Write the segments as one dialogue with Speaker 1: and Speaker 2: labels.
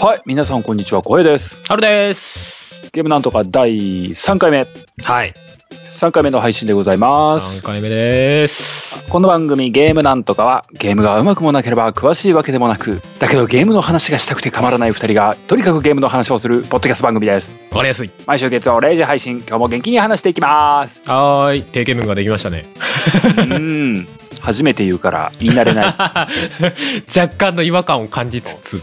Speaker 1: はい、皆さんこんにちは、こえです。
Speaker 2: あるです。
Speaker 1: ゲームなんとか第3回目、
Speaker 2: はい。
Speaker 1: 3回目の配信でございます
Speaker 2: 3。回目です。
Speaker 1: この番組ゲームなんとかは、ゲームがうまくもなければ詳しいわけでもなく、だけどゲームの話がしたくてたまらない2人が、とにかくゲームの話をするポッドキャスト番組です。
Speaker 2: わかりやすい。
Speaker 1: 毎週月曜0時配信、今日も元気に話していきます。
Speaker 2: はーい。定型文ができましたね。
Speaker 1: うーん、初めて言うから言い慣れない。
Speaker 2: 若干の違和感を感じつつ。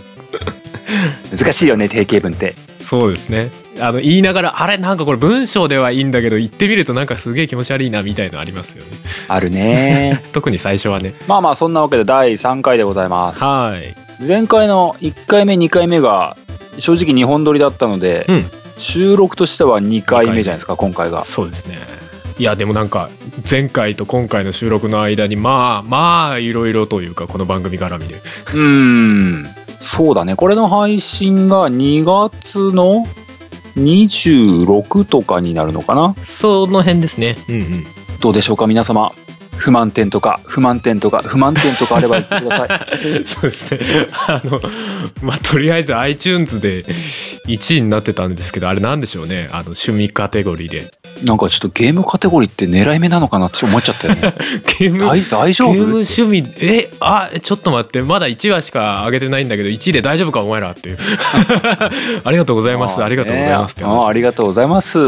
Speaker 1: 難しいよね、定型文って。
Speaker 2: そうですね。あの、言いながら、あれ、なんかこれ文章ではいいんだけど、言ってみるとなんかすげえ気持ち悪いな、みたいのありますよね。
Speaker 1: ある ね。
Speaker 2: 特に最初はね。
Speaker 1: まあまあ、そんなわけで第3回でございます。
Speaker 2: はい。
Speaker 1: 前回の1回目2回目が正直2本撮りだったので、
Speaker 2: うん
Speaker 1: 収録としては2回目じゃないですか今回が
Speaker 2: そうですね。いや、でもなんか、前回と今回の収録の間に、まあ、まあ、いろいろというか、この番組絡みで。
Speaker 1: うーんそうだねこれの配信が2月の26とかになるのかな
Speaker 2: その辺ですね。うんうん。
Speaker 1: どうでしょうか皆様不満点とか不満点とか不満点とかあれば言ってください
Speaker 2: そうですね。あの、まあ、とりあえず iTunes で1位になってたんですけど、あれなんでしょうね。あの、趣味カテゴリーで。
Speaker 1: なんかちょっとゲームカテゴリーって狙い目なのかなって思っちゃったよ ね
Speaker 2: ゲーム、
Speaker 1: 大大
Speaker 2: ゲ
Speaker 1: 丈
Speaker 2: ー
Speaker 1: 夫
Speaker 2: ム趣味、え、あ、ちょっと待って、まだ1話しか上げてないんだけど、1位で大丈夫か、お前らっていう。 ありがとうございます。ありがとうございますって
Speaker 1: ねあーあ
Speaker 2: 話。
Speaker 1: りがとうございます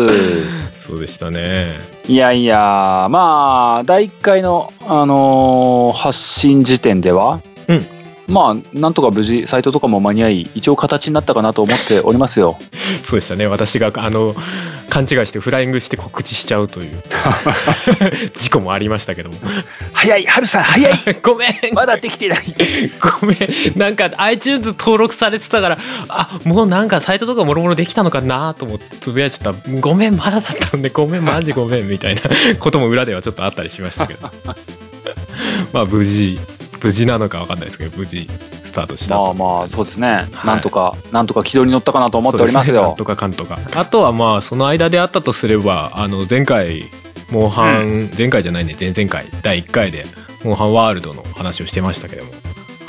Speaker 2: そうでしたね。
Speaker 1: いやいや、まあ、第1回の、あのー発信時点では、
Speaker 2: うん
Speaker 1: まあ、なんとか無事、サイトとかも間に合い、一応形になったかなと思っておりますよ。
Speaker 2: そうでしたね。私が、あの、勘違いしてフライングして告知しちゃう という。事故もありましたけども。
Speaker 1: 早い、はるさん、早い、
Speaker 2: ごめん。
Speaker 1: まだできてない。
Speaker 2: ごめんなんか iTunes 登録されてたからあもうなんかサイトとかもろもろできたのかなと思ってつぶやいちゃったごめんまだだったんでごめんマジごめんみたいなことも裏ではちょっとあったりしましたけどまあ無事無事なのか分かんないですけど無事スタートし た
Speaker 1: まあまあ、そうですね、
Speaker 2: い
Speaker 1: なんとか、なんとか軌道に乗ったかなと思っております
Speaker 2: そうでねなん
Speaker 1: よ。
Speaker 2: とかかんとかあとはまあその間であったとすればあの前回モンハン、前回じゃないね前々回第1回でモンハンワールドの話をしてましたけども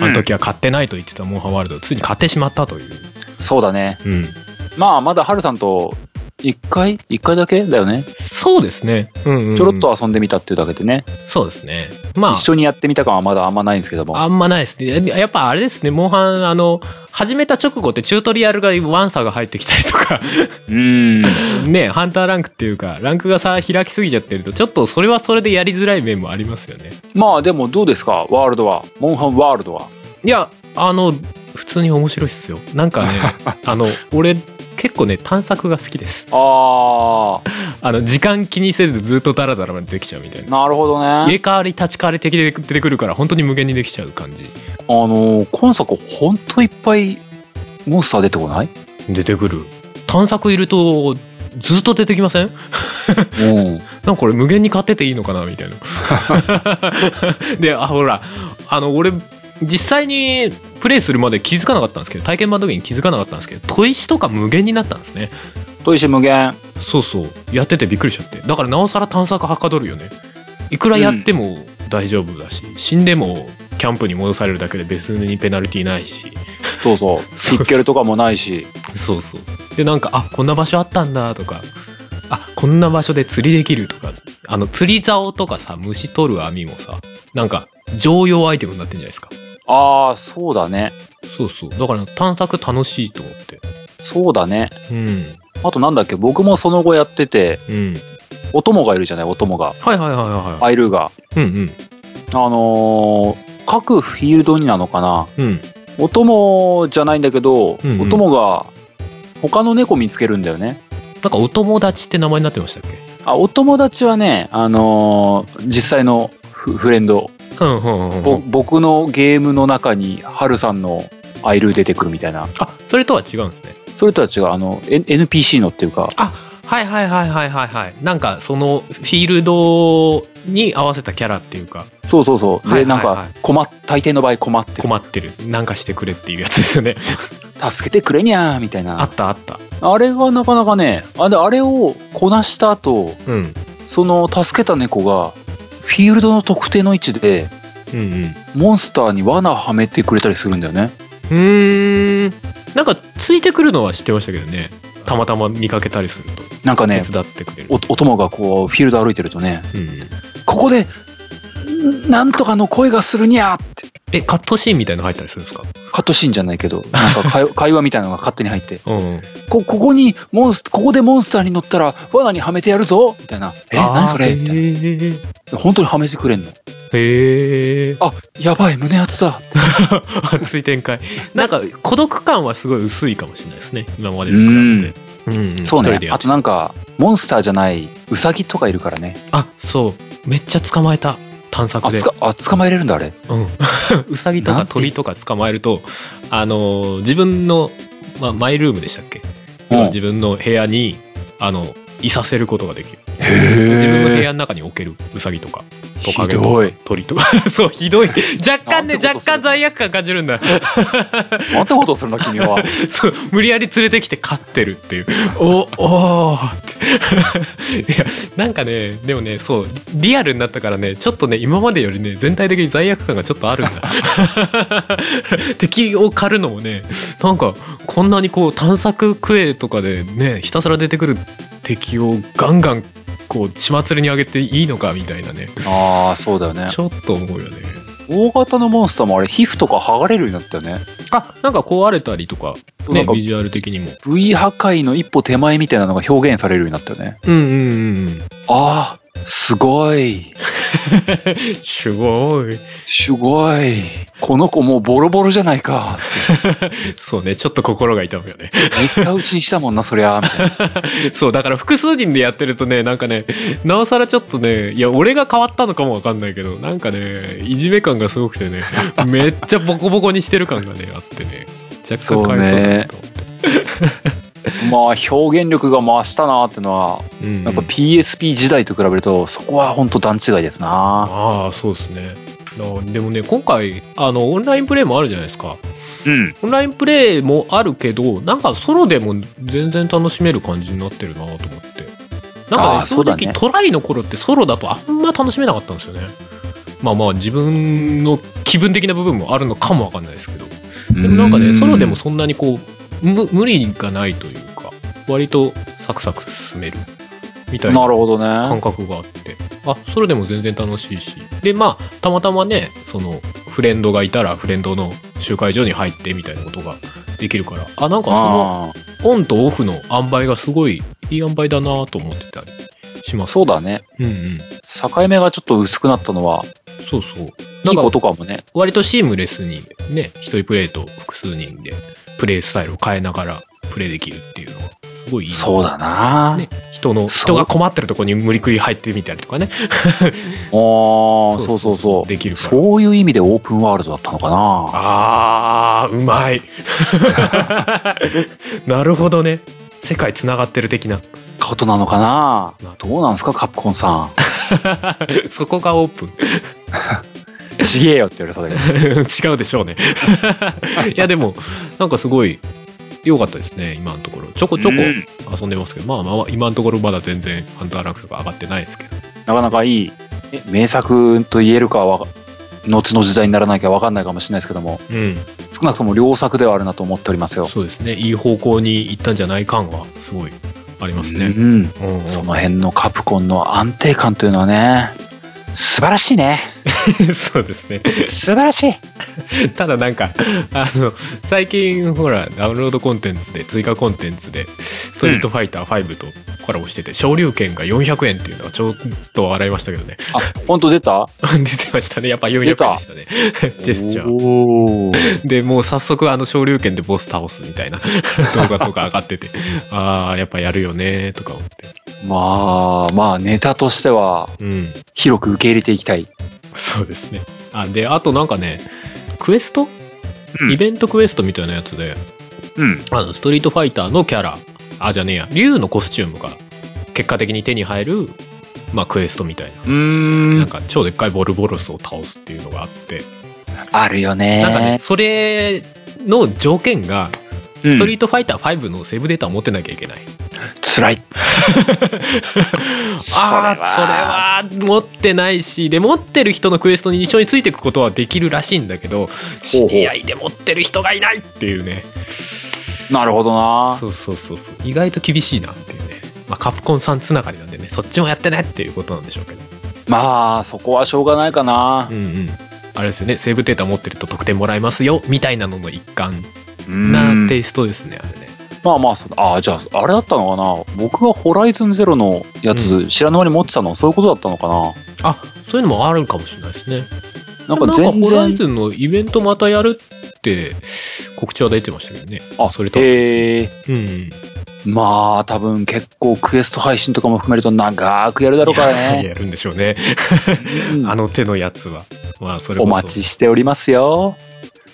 Speaker 2: あの時は買ってないと言ってたモンハンワールドをついに買ってしまったという、
Speaker 1: そうだね。
Speaker 2: うん、
Speaker 1: まあ、まだはるさんと、1回 ?1 回だけだよね。
Speaker 2: そうですね、うんうんうん
Speaker 1: ちょろっと遊んでみたっていうだけでね、
Speaker 2: そうですねまあ
Speaker 1: 一緒にやってみた感はまだあんまないんですけども。
Speaker 2: あんまないですねややっぱあれですねモンハンあの始めた直後ってチュートリアルがワンサが入ってきたりと か
Speaker 1: うーん。
Speaker 2: ねハンターランクっていうかランクがさ開きすぎちゃってるとちょっとそれはそれでやりづらい面もありますよね
Speaker 1: まあ、でもどうですか、ワールドは。モンハンワールドは。
Speaker 2: いやあの普通に面白いっすよなん かねあの俺結構ね探索が好きです
Speaker 1: あ
Speaker 2: あの時間気にせずずっとダラダラまでできちゃうみたい
Speaker 1: ー、
Speaker 2: な
Speaker 1: なるほど
Speaker 2: 入れ
Speaker 1: ね。
Speaker 2: 替わり立ち替わり的で出てくるから本当に無限にできちゃう感じ
Speaker 1: あのー、今作ほんといっぱいモンスター出てこない
Speaker 2: 出てくる探索いるとずっと出てきません
Speaker 1: うん。
Speaker 2: なんかこれ無限に買ってていいのかなみたいな であほらあの俺実際にプレイするまで気づかなかったんですけど体験版の時に気づかなかったんですけど砥石とか無限になったんですね
Speaker 1: 砥石無限。
Speaker 2: そうそうやっててびっくりしちゃってだからなおさら探索はかどるよねいくらやっても大丈夫だし、死んでもキャンプに戻されるだけで別にペナルティーないし
Speaker 1: そうそう。
Speaker 2: そう
Speaker 1: ピッケルとかもないし。
Speaker 2: そうそうそうでなんかあこんな場所あったんだとかあこんな場所で釣りできるとかあの釣り竿とかさ虫取る網もさなんか常用アイテムになってんじゃないですか
Speaker 1: あー、そうだね。
Speaker 2: そうそうだから探索楽しいと思って
Speaker 1: そうだね。
Speaker 2: う
Speaker 1: あとなんだっけ、僕もその後やってて、
Speaker 2: んうん
Speaker 1: お供がいるじゃない、お供が。
Speaker 2: はいはいはいは
Speaker 1: アイルーが。
Speaker 2: いはいうんうん
Speaker 1: あのー、各フィールドになのかな。
Speaker 2: うん
Speaker 1: お供じゃないんだけど、
Speaker 2: うんうん
Speaker 1: お供が他の猫見つけるんだよね。
Speaker 2: なんかお友達って名前になってましたっけ
Speaker 1: あ、お友達はね、あのー実際のフフレンド。
Speaker 2: うんうんうんう
Speaker 1: ぼ
Speaker 2: ん
Speaker 1: 僕のゲームの中にハルさんのアイル出てくるみたいな
Speaker 2: あそれとは違うんですね
Speaker 1: それとは違うあの N- NPC のっていうか
Speaker 2: あはいはいはいはいはいはいなんかそのフィールドに合わせたキャラっていうか
Speaker 1: そうそうそう、
Speaker 2: はい
Speaker 1: でな
Speaker 2: は
Speaker 1: ん
Speaker 2: いはい
Speaker 1: か困っ大抵の場合困ってる
Speaker 2: 困ってるなんかしてくれっていうやつですよね
Speaker 1: 助けてくれにゃーみたい
Speaker 2: あ
Speaker 1: なあ
Speaker 2: ったあった
Speaker 1: れはなかなかねあであれをこなした後
Speaker 2: うん
Speaker 1: その助けた猫がフィールドの特定の位置で
Speaker 2: うんうん
Speaker 1: モンスターに罠はめてくれたりするんだよね
Speaker 2: うーんなんかついてくるのは知ってましたけどねたまたま見かけたりすると
Speaker 1: なんか
Speaker 2: 手
Speaker 1: ね
Speaker 2: 伝ってくれる、
Speaker 1: おお供がこうフィールド歩いてるとね
Speaker 2: うん、
Speaker 1: ここでんなんとかの声がするにゃーって
Speaker 2: えカットシーンみたいなの入ったりするんですか
Speaker 1: カットシーンじゃない けどなんか会会話みたいなのが勝手に入って
Speaker 2: うん
Speaker 1: こここにモンスここでモンスターに乗ったら罠にはめてやるぞみたいな「え
Speaker 2: あー
Speaker 1: 何それ?」みたい
Speaker 2: へえ
Speaker 1: な本当にはめてくれんの
Speaker 2: へ え
Speaker 1: あやばい胸熱だ
Speaker 2: 熱い展開なんか孤独感はすごい薄いかもしれないですね今までと比べてうんうん
Speaker 1: そう
Speaker 2: 一
Speaker 1: ね
Speaker 2: 人でやっ
Speaker 1: あとなんかモンスターじゃないウサギとかいるからね
Speaker 2: あそうめっちゃ捕まえた探索
Speaker 1: あ
Speaker 2: で
Speaker 1: つかあ捕まえれるんだあれ
Speaker 2: うん、 ウサギと
Speaker 1: な
Speaker 2: か
Speaker 1: んて
Speaker 2: 鳥とか捕まえるとあのー自分の、まあ、マイルームでしたっけ、
Speaker 1: うん
Speaker 2: 自分の部屋にあのいさせることができる自分の部
Speaker 1: へえ
Speaker 2: 屋の中に置けるウサギとかトカ
Speaker 1: ひ
Speaker 2: ゲとか
Speaker 1: どい
Speaker 2: 鳥とか そうひどい若干ね
Speaker 1: なんてことする
Speaker 2: 若干罪悪感感じるんだ
Speaker 1: なんてことをするの君 は
Speaker 2: そう無理やり連れてきて飼ってるっていうおおーって いやなんかねでもねそうリアルになったからねちょっとね今までよりね全体的に罪悪感がちょっとあるんだ 敵を狩るのもねなんかこんなにこう探索クエとかでねひたすら出てくる敵をガンガンこう血祭りにあげていいのかみたいなね
Speaker 1: ああそうだよね
Speaker 2: ちょっと思うよね
Speaker 1: 大型のモンスターもあれ皮膚とか剥がれるようになったよね
Speaker 2: あなんか壊れたりとか
Speaker 1: そうな
Speaker 2: ね
Speaker 1: んか
Speaker 2: ビジュアル的にも
Speaker 1: V 破壊の一歩手前みたいなのが表現されるようになったよね
Speaker 2: うんうんうんうん
Speaker 1: ああすごい
Speaker 2: すごい。
Speaker 1: すごいこの子もうボロボロじゃないか
Speaker 2: そうね、ちょっと心が痛むよね。
Speaker 1: めった打ちにしたもんなそりゃみたいな
Speaker 2: そう、だから複数人でやってるとね、なんかね、なおさらちょっとね、いや、俺が変わったのかもわかんないけど、なんかね、いじめ感がすご くてね、めっちゃボコボコにしてる感がね、あってね、若干かわいそうだなと思って。
Speaker 1: まあ表現力が増したなってのは
Speaker 2: うんうん
Speaker 1: やっぱ PSP 時代と比べるとそこは本当段違いですな
Speaker 2: ああ、そうですね。あでもね、今回、あの、オンラインプレイもあるじゃないですか。
Speaker 1: うん
Speaker 2: オンラインプレイもあるけどなんかソロでも全然楽しめる感じになってるなと思ってなんか
Speaker 1: あ
Speaker 2: ね
Speaker 1: ー
Speaker 2: 正
Speaker 1: そうだ
Speaker 2: 直
Speaker 1: ね
Speaker 2: トライの頃ってソロだとあんま楽しめなかったんですよねまあまあ自分の気分的な部分もあるのかもわかんないですけどでもなんかねソロでもそんなにこうむ無理がないというか割とサクサク進めるみたいな
Speaker 1: なるほどね
Speaker 2: 感覚があってあそれでも全然楽しいしでまあたまたまねそのフレンドがいたらフレンドの集会所に入ってみたいなことができるからあなんかその
Speaker 1: ああ
Speaker 2: オンとオフの塩梅がすごいいい塩梅だなと思ってたりします
Speaker 1: そうだね
Speaker 2: うんうん
Speaker 1: 境目がちょっと薄くなったのは
Speaker 2: そうそう
Speaker 1: い
Speaker 2: ないんか
Speaker 1: ことかもね
Speaker 2: 割とシームレスにね一人プレイと複数人でプレイスタイルを変えながらプレイできるっていうのはすごいいいな
Speaker 1: そうだな、
Speaker 2: ね人の
Speaker 1: そう
Speaker 2: 人が困ってるとこに無理くり入ってみたりとかね
Speaker 1: ああそうそうそう
Speaker 2: できるから
Speaker 1: そういう意味でオープンワールドだったのかな
Speaker 2: あーうまい なるほどね世界つながってる的な
Speaker 1: ことなのかな
Speaker 2: まあ
Speaker 1: どうなんですかカプコンさ
Speaker 2: そこがオープ
Speaker 1: んちげえよって言われそうだけど
Speaker 2: ン 違うでしょうね いやでもなんかすごい良かったですね今のところちょこちょこ
Speaker 1: うん
Speaker 2: 遊んでますけど、まあまあ今のところまだ全然ハンターランクが上がってないですけど
Speaker 1: なかなかいいえ名作と言えるかは後の時代にならなきゃ分かんないかもしれないですけども
Speaker 2: うん
Speaker 1: 少なくとも良作ではあるなと思っておりますよ。
Speaker 2: そうですねいい方向に行ったんじゃない感はすごいあります
Speaker 1: う
Speaker 2: ね、
Speaker 1: ん、
Speaker 2: うんうん
Speaker 1: その辺のカプコンの安定感というのはね素晴らしい ね
Speaker 2: そうですね
Speaker 1: 素晴らしい
Speaker 2: ただなんか あの最近ほらダウンロードコンテンツで追加コンテンツで「ストリートファイター5」とコラボしてて、昇竜拳が400円っていうのはちょっと笑いましたけどね
Speaker 1: あ本当出た
Speaker 2: 出てましたねやっぱ400円 でしたね ジェスチャー
Speaker 1: おー
Speaker 2: でもう早速あの昇竜拳でボス倒すみた いな動画とか上がっててああやっぱやるよねとか思って
Speaker 1: まあまあネタとしては
Speaker 2: うん
Speaker 1: 広く受け入れていきたい
Speaker 2: そうですねあであとなんかねクエスト、
Speaker 1: うん
Speaker 2: イベントクエストみたいなやつで
Speaker 1: うん
Speaker 2: あのストリートファイターのキャラあじゃねえや竜のコスチュームが結果的に手に入る、まあ、クエストみたいな,、
Speaker 1: う
Speaker 2: なんか超でっかいボルボロスを倒すっていうのがあって、
Speaker 1: あるよね
Speaker 2: なんかねそれの条件が
Speaker 1: うん
Speaker 2: ストリートファイター5のセーブデータを持ってなきゃいけない、
Speaker 1: 辛 い
Speaker 2: ああそれは持ってないしで持ってる人のクエストに一緒についていくことはできるらしいんだけ
Speaker 1: ほ
Speaker 2: ど
Speaker 1: う
Speaker 2: 知り合いで持ってる人がいないっていうね
Speaker 1: なるほどな
Speaker 2: そうそうそうそう意外と厳しいなっていうね、まあ、カプコンさんつながりなんでねそっちもやってねっていうことなんでしょうけど
Speaker 1: まあそこはしょうがないかな
Speaker 2: うんうんあれですよねセーブデータ持ってると得点もらえますよみたいなのの一環
Speaker 1: うん
Speaker 2: なテイストですねあれね
Speaker 1: まあまあそうあじゃああれだったのかな僕がホライズンゼロのやつ知らぬ間に持ってたのはそういうことだったのかな
Speaker 2: あそういうのもあるかもしれないですね
Speaker 1: なんか全
Speaker 2: ホライ
Speaker 1: 然
Speaker 2: ズンのイベントまたやるって告知は出てましたけどね
Speaker 1: あ
Speaker 2: それと
Speaker 1: ええ
Speaker 2: うんうん
Speaker 1: まあ多分結構クエスト配信とかも含めると長くやるだろうから
Speaker 2: いや
Speaker 1: ね
Speaker 2: やるんでしょうね
Speaker 1: うん
Speaker 2: あの手のやつはまあそれこそ
Speaker 1: お待ちしておりますよ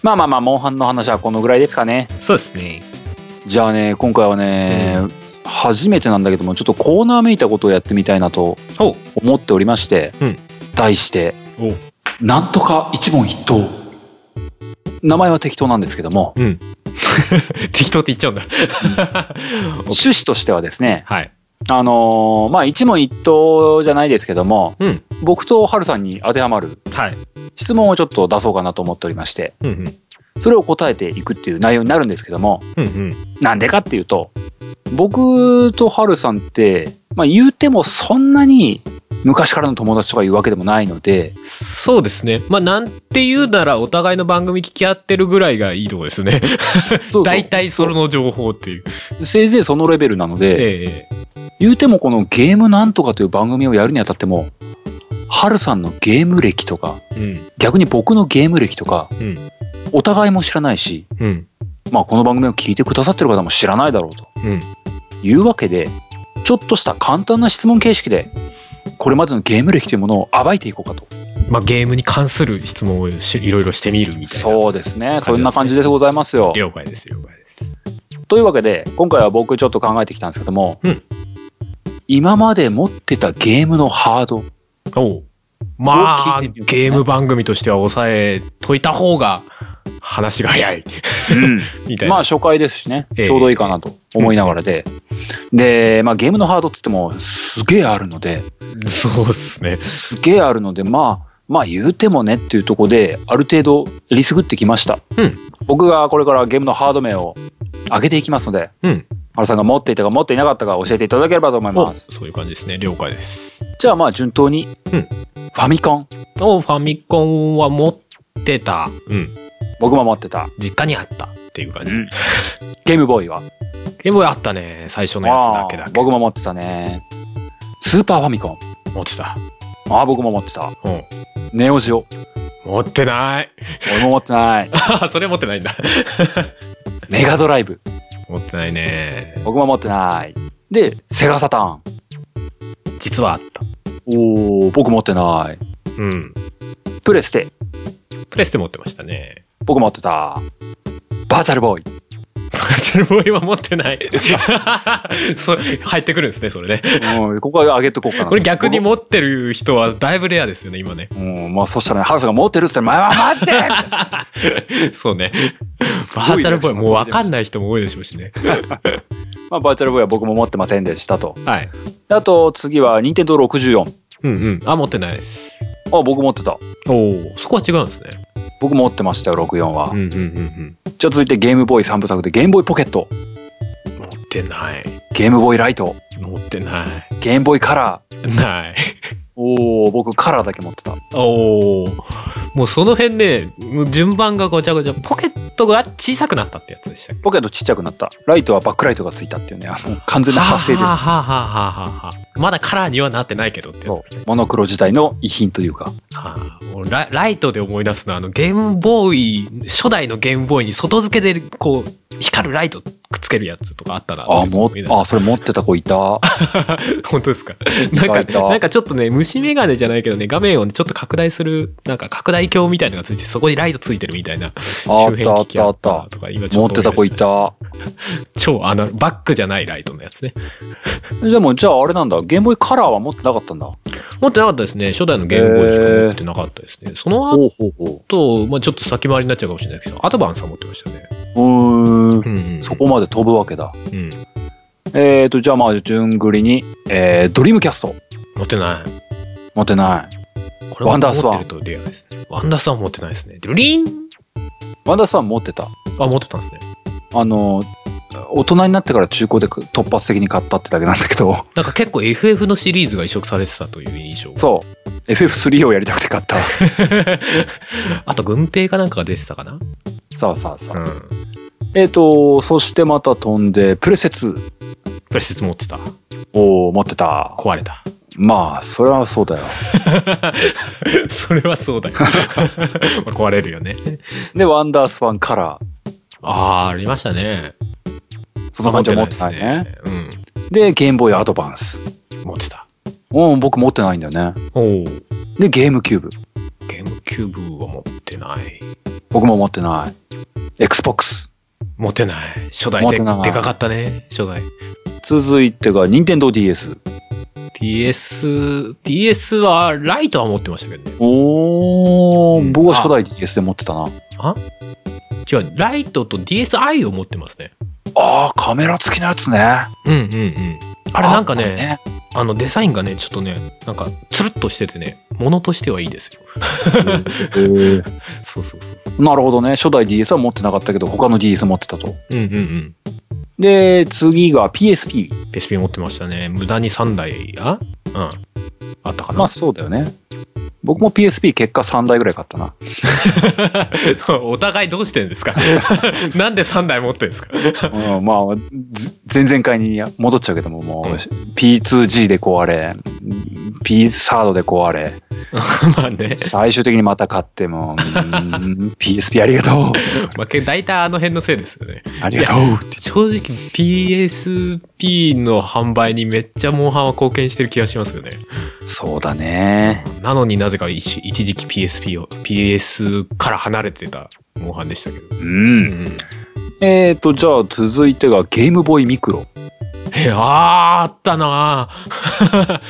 Speaker 1: まあまあまあモンハンの話はこのぐらいですかね
Speaker 2: そうですね
Speaker 1: じゃあね今回はね、初めてなんだけどもちょっとコーナーめいたことをやってみたいなと
Speaker 2: お
Speaker 1: 思っておりまして、
Speaker 2: うん
Speaker 1: 題して
Speaker 2: お
Speaker 1: 「なんとか一問一答」名前は適当なんですけども
Speaker 2: うん 適当って言っちゃうんだお
Speaker 1: 趣旨としてはですね
Speaker 2: はい
Speaker 1: あのーまあ一問一答じゃないですけども、
Speaker 2: うん
Speaker 1: 僕とハルさんに当てはまる
Speaker 2: はい
Speaker 1: 質問をちょっと出そうかなと思っておりまして
Speaker 2: うんうん
Speaker 1: それを答えていくっていう内容になるんですけども
Speaker 2: うんうん
Speaker 1: なんでかっていうと、僕とハルさんって、まあ言うてもそんなに昔からの友達とかいうわけでもないの で、
Speaker 2: そうですねまあなんて言うならお互いの番組聞き合ってるぐらいがいいとこですね
Speaker 1: そう
Speaker 2: 大体その情報っていう
Speaker 1: せいぜいそのレベルなので、
Speaker 2: ええ
Speaker 1: 言うてもこのゲームなんとかという番組をやるにあたっても、ハルさんのゲーム歴とか、
Speaker 2: うん
Speaker 1: 逆に僕のゲーム歴とか、
Speaker 2: うん
Speaker 1: お互いも知らないし、
Speaker 2: うん
Speaker 1: まあこの番組を聞いてくださってる方も知らないだろうと
Speaker 2: うん
Speaker 1: いうわけで、ちょっとした簡単な質問形式で、これまでのゲーム歴というものを暴いていこうかと。
Speaker 2: まあゲームに関する質問をしいろいろしてみるみたいな
Speaker 1: そうですね。
Speaker 2: すね
Speaker 1: そんな感じでございますよ。
Speaker 2: 了解です了解です
Speaker 1: というわけで、今回は僕ちょっと考えてきたんですけども、
Speaker 2: うん
Speaker 1: 今まで持ってたゲームのハード。
Speaker 2: おうまあ
Speaker 1: を聞いてみようかな
Speaker 2: ゲーム番組としては抑えといた方が話が 早いみたいな、
Speaker 1: まあ初回ですしね、
Speaker 2: ええ
Speaker 1: ちょうどいいかなと思いながらで。で、まあゲームのハードって言ってもすげえあるので、
Speaker 2: そうっすね
Speaker 1: すげえあるので、まあ、まあ言うてもねっていうところで、ある程度リスグってきました。
Speaker 2: うん
Speaker 1: 僕がこれからゲームのハード名を上げていきますので、
Speaker 2: うん
Speaker 1: 原さんが持っていたか持っていなかったか教えていただければと思い
Speaker 2: お
Speaker 1: ます。
Speaker 2: そういう感じですね了解です
Speaker 1: じゃあまあ順当に、
Speaker 2: うん
Speaker 1: ファミコン、
Speaker 2: おファミコンは持ってたうん
Speaker 1: 僕も持ってた。
Speaker 2: 実家にあったっていう感じ、
Speaker 1: うんゲームボーイは
Speaker 2: でもあったね最初のやつだけだ
Speaker 1: あー
Speaker 2: け
Speaker 1: 僕も持ってたね。スーパーファミコン。
Speaker 2: 持ってた
Speaker 1: ああ、僕も持ってた。
Speaker 2: うん
Speaker 1: ネオジオ。
Speaker 2: 持ってない
Speaker 1: 俺も持ってない。
Speaker 2: あそれ持ってないんだ
Speaker 1: メガドライブ。
Speaker 2: 持ってないね
Speaker 1: 僕も持ってない。で、セガサターン。
Speaker 2: 実はあった
Speaker 1: おお、僕持ってない。
Speaker 2: うん
Speaker 1: プレステ。
Speaker 2: プレステ持ってましたね
Speaker 1: 僕持ってた。バーチャルボーイ。
Speaker 2: バーチャルボーイは持ってない そう入ってくるんですねそれね
Speaker 1: うん、ここは上げとこうかな。
Speaker 2: これ逆に持ってる人はだいぶレアですよね今ね
Speaker 1: うん、まあそしたらね、ハルさんが持ってるって言ったら、まあマジで
Speaker 2: そうねバーチャルボーイもう分かんない人も多いでしょうしね
Speaker 1: まあバーチャルボーイは僕も持ってませんでしたと。
Speaker 2: はい
Speaker 1: であと次は、任天堂64。
Speaker 2: うんうんあ持ってないです
Speaker 1: あ、僕持ってた。
Speaker 2: おおそこは違うんですね
Speaker 1: 僕持ってましたよ、64は。
Speaker 2: うんうんうん
Speaker 1: じゃあ続いてゲームボーイ3部作でゲームボーイポケット、
Speaker 2: うん持ってない
Speaker 1: ゲームボーイライト、
Speaker 2: 持ってな
Speaker 1: ゲームボーイカラー。
Speaker 2: いない
Speaker 1: おお、僕カラーだけ持ってた。
Speaker 2: おおもうその辺ねもう順番がごちゃごちゃポケットが小さくなったってやつでしたっけ
Speaker 1: ポケットちっちゃくなった。ライトはバックライトがついたっていうね、あの完全な派生で
Speaker 2: はあ
Speaker 1: す。
Speaker 2: はあはあはあはあまだカラーにはなってないけどってやつ
Speaker 1: そ
Speaker 2: ですね
Speaker 1: うモノクロ時代の遺品というか。
Speaker 2: ああ、もうラライトで思い出すのは、あの、ゲームボーイ、初代のゲームボーイに外付けで、こう、光るライトくっつけるやつとかあったな。
Speaker 1: あ、も
Speaker 2: 思い出、す
Speaker 1: あ、それ持ってた子い た。
Speaker 2: 本当ですか。なん
Speaker 1: い
Speaker 2: か、
Speaker 1: た
Speaker 2: なんかちょっとね、虫眼鏡じゃないけどね、画面をねちょっと拡大する、なんか拡大鏡みたいのがついて、そこにライトついてるみたいな。
Speaker 1: あ
Speaker 2: 周辺機器
Speaker 1: あ
Speaker 2: あ
Speaker 1: っあ
Speaker 2: ったた
Speaker 1: ったあった
Speaker 2: なとか、今ちょ
Speaker 1: 持っ
Speaker 2: っ
Speaker 1: て
Speaker 2: と
Speaker 1: た
Speaker 2: 思
Speaker 1: 子
Speaker 2: い
Speaker 1: い
Speaker 2: 出した。
Speaker 1: た。
Speaker 2: 超アナロ、バックじゃないライトのやつね。
Speaker 1: でもじゃああれなんだ、ゲームボーイカラーは持ってなかったんだ。
Speaker 2: 持ってなかったですね。初代のゲームボーイしか持ってなかったですね。その後、
Speaker 1: ほうほうほ
Speaker 2: まあちょっと先回りになっちゃうかもしれないけど、アドバンスは持ってましたね。
Speaker 1: う。うーん。
Speaker 2: うん、うん。
Speaker 1: そこまで飛ぶわけだ。
Speaker 2: うん。
Speaker 1: えーと、じゃあまあ、順繰りに、えー、ドリームキャスト。
Speaker 2: 持ってない。
Speaker 1: 持ってない。
Speaker 2: これはワンダースワン持ってるとレアですね。ワンダースワン持ってないですね。ルリン
Speaker 1: ワンダースワン持ってた。
Speaker 2: あ、持ってたんですね。
Speaker 1: あの、大人になってから中古で突発的に買ったってだけなんだけど、
Speaker 2: なんか結構 FF のシリーズが移植されてたという印象が
Speaker 1: そう。FF3 をやりたくて買った。
Speaker 2: あと軍兵かなんかが出てたかな
Speaker 1: そうそうそうう。
Speaker 2: ん
Speaker 1: えっ、と、そしてまた飛んで、プレセ2
Speaker 2: プレステ持ってた
Speaker 1: を持ってた。
Speaker 2: 壊れた
Speaker 1: まあ、それはそうだよ。
Speaker 2: それはそうだよ まあ壊れるよね
Speaker 1: で、ワンダースワンカラー。
Speaker 2: ああありましたね
Speaker 1: そんな感じは持ってないね。
Speaker 2: ですね
Speaker 1: で、ゲームボーイアドバンス。
Speaker 2: うん持ってた
Speaker 1: うん、僕持ってないんだよね。
Speaker 2: おおゲ
Speaker 1: で、ゲームキューブ。
Speaker 2: ームキューブは持ってない
Speaker 1: 僕も持ってない。Xbox。
Speaker 2: 持ってない初代
Speaker 1: 持っ
Speaker 2: で
Speaker 1: てない
Speaker 2: でかかったね初代
Speaker 1: 続いてが、任天堂 DS。
Speaker 2: DS DS はライトは持ってましたけどね
Speaker 1: おー、僕は初代 DS で持ってたな。
Speaker 2: 違うライトと DSi を持ってますね
Speaker 1: あー、カメラ付きのやつね。
Speaker 2: うんうんうんあれなんか
Speaker 1: った
Speaker 2: ねあのデザインがねちょっとねなんかつるっとしててねものとしてはいいですよ
Speaker 1: へー
Speaker 2: そうそうそう
Speaker 1: なるほどね。初代 DS は持ってなかったけど、他の DS 持ってたと。
Speaker 2: うんうんうん
Speaker 1: で、次が PSP。
Speaker 2: PSP 持ってましたね無駄に3台あうんあったかな、
Speaker 1: まあそうだよね。僕も PSP 結果3台ぐらい買った な。
Speaker 2: お互いどうしてんですか なんで3台持ってんですか
Speaker 1: うん、まあ、ず前々回に戻っちゃうけども、もう、
Speaker 2: うん
Speaker 1: P2G でこうあれ、P サードでこうあれ、
Speaker 2: まあね、
Speaker 1: 最終的にまた買っても、うーん PSP ありが とう
Speaker 2: まあ、け大体あの辺のせいですよね
Speaker 1: ありがとうって
Speaker 2: 正直 PSP の販売にめっちゃモンハンは貢献してる気がしますよね
Speaker 1: そうだね。
Speaker 2: なのになぜか一瞬一時期 PSP を PS から離れてたモンハンでしたけど、
Speaker 1: う。
Speaker 2: うんん、
Speaker 1: えーと、じゃあ続いてがゲームボーイミクロ。
Speaker 2: えあーあったな あ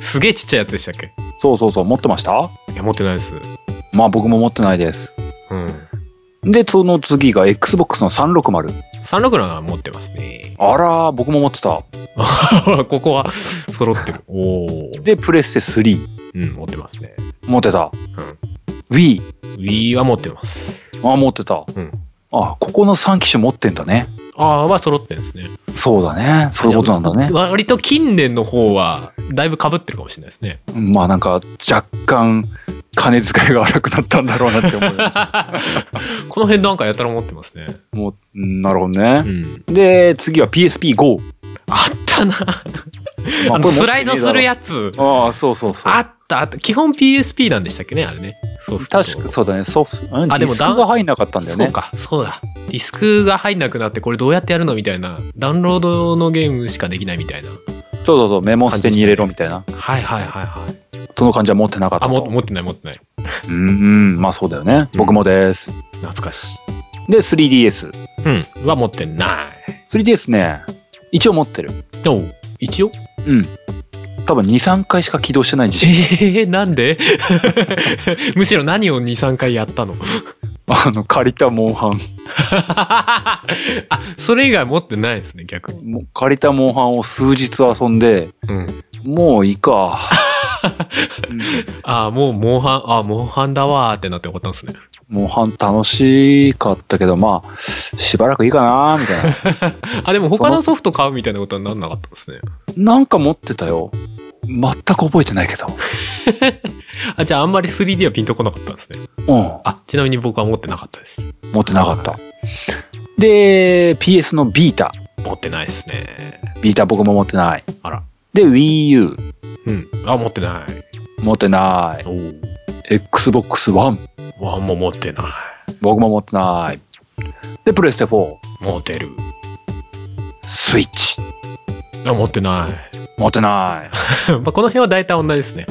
Speaker 2: すげえちっちゃいやつでしたっけ
Speaker 1: そうそうそう、持ってました
Speaker 2: いや持ってないです
Speaker 1: まあ僕も持ってないです。
Speaker 2: うん
Speaker 1: で、その次が Xbox の360。
Speaker 2: 367は持ってますね
Speaker 1: あらー、僕も持ってた。
Speaker 2: ここは揃ってるおお
Speaker 1: で、プレステ3。
Speaker 2: うん持ってますね
Speaker 1: 持ってた。Wii。
Speaker 2: Wii は持ってます
Speaker 1: あ、持ってた。
Speaker 2: うん
Speaker 1: あ、ここの3機種持ってんだね。
Speaker 2: ああは揃ってるんですね
Speaker 1: そうだね。そういうことなんだね。
Speaker 2: 割と近年の方はだいぶかぶってるかもしれないですね
Speaker 1: まあなんか、若干、金遣いが荒くなったんだろうなって思うよ。
Speaker 2: この辺なんかやたら持ってますね
Speaker 1: もううん、なるほど
Speaker 2: う
Speaker 1: ね。
Speaker 2: ん
Speaker 1: で、次は PSP-GO。
Speaker 2: あったな
Speaker 1: まこれ持ってねえだ
Speaker 2: あの
Speaker 1: ろ
Speaker 2: スライドするやつ
Speaker 1: ああ、そうそうそう。
Speaker 2: あったあった基本 PSP なんでしたっけねあれねソフトと
Speaker 1: 確か、そうだね。ソフト、うん、
Speaker 2: あ
Speaker 1: デ
Speaker 2: で
Speaker 1: ィ
Speaker 2: も
Speaker 1: スクが入んなかったんだよ
Speaker 2: そう
Speaker 1: ね。
Speaker 2: か、そうだ。ディスクが入んなくなって、これどうやってやるのみたいな。ダウンロードのゲームしかできないみたいな。
Speaker 1: そうそうそう。メモ捨てに入れろみたいな。
Speaker 2: はいはいはいはい。
Speaker 1: その感じは持ってなかった
Speaker 2: あ、
Speaker 1: と。
Speaker 2: も持ってない持ってない。
Speaker 1: うんうん。まあそうだよね。
Speaker 2: うん
Speaker 1: 僕もです。
Speaker 2: 懐かしい。
Speaker 1: で、3DS。
Speaker 2: うん。は持ってな
Speaker 1: 3DS ね、一応持ってる。
Speaker 2: い。でも、一応
Speaker 1: うん。多分2、3回しか起動してない自信
Speaker 2: えー、なんで むしろ何を2、3回やったの
Speaker 1: あの、借りたモンハン。
Speaker 2: あ、それ以外持ってないですね、逆に。
Speaker 1: もう借りたモンハンを数日遊んで、
Speaker 2: うん。
Speaker 1: もういい か。うん
Speaker 2: あ、もう、モンハン、あ、モンハンだわーってなって終わったんですね。
Speaker 1: モンハン楽しかったけど、まあ、しばらくいいかな、みたいな。
Speaker 2: あ、でも他のソフト買うみたいなことはなんなかったんですね。
Speaker 1: なんか持ってたよ。全く覚えてないけど。
Speaker 2: あ、じゃああんまり 3D はピンとこなかったんですね。
Speaker 1: う
Speaker 2: あ、ちなみに僕は持ってなかったです。
Speaker 1: ん、持ってなかった。で、PS のビータ。
Speaker 2: 持ってないですね。
Speaker 1: ビータ僕も持ってない。
Speaker 2: あら。
Speaker 1: で、Wii U。
Speaker 2: うん。あ、持ってない。
Speaker 1: 持ってない。
Speaker 2: おお。
Speaker 1: Xbox One。
Speaker 2: ワンも持ってな
Speaker 1: 僕も持ってない。で、プレステ4。
Speaker 2: い。持てる。
Speaker 1: スイッチ。
Speaker 2: あ、持ってない。
Speaker 1: 持ってない。
Speaker 2: まあこの辺は大体同じですね。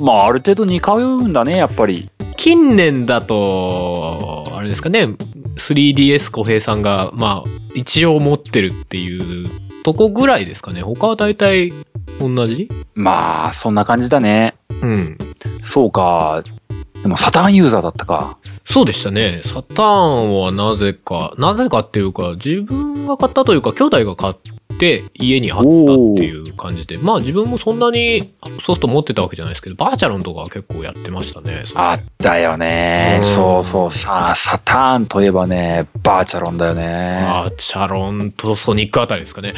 Speaker 1: まあ、ある程度似通うんだね、やっぱり。
Speaker 2: 近年だと、あれですかね、3DS 小平さんが、まあ、一応持ってるっていうとこぐらいですかね。他は大体同じ
Speaker 1: まあ、そんな感じだね。
Speaker 2: うん。
Speaker 1: そうか。でも、サターンユーザーだったか。
Speaker 2: そうでしたね。サターンはなぜか、なぜかっていうか、自分が買ったというか、兄弟が買っって家にあったっていう感じでまあ自分もそんなにソフト持ってたわけじゃないですけどバーチャロンとかは結構やってましたねそれ
Speaker 1: あったよね。
Speaker 2: うん
Speaker 1: そうそう。さあ、サターンといえばね、バーチャロンだよね。
Speaker 2: バーチャロンとソニックあたりですかね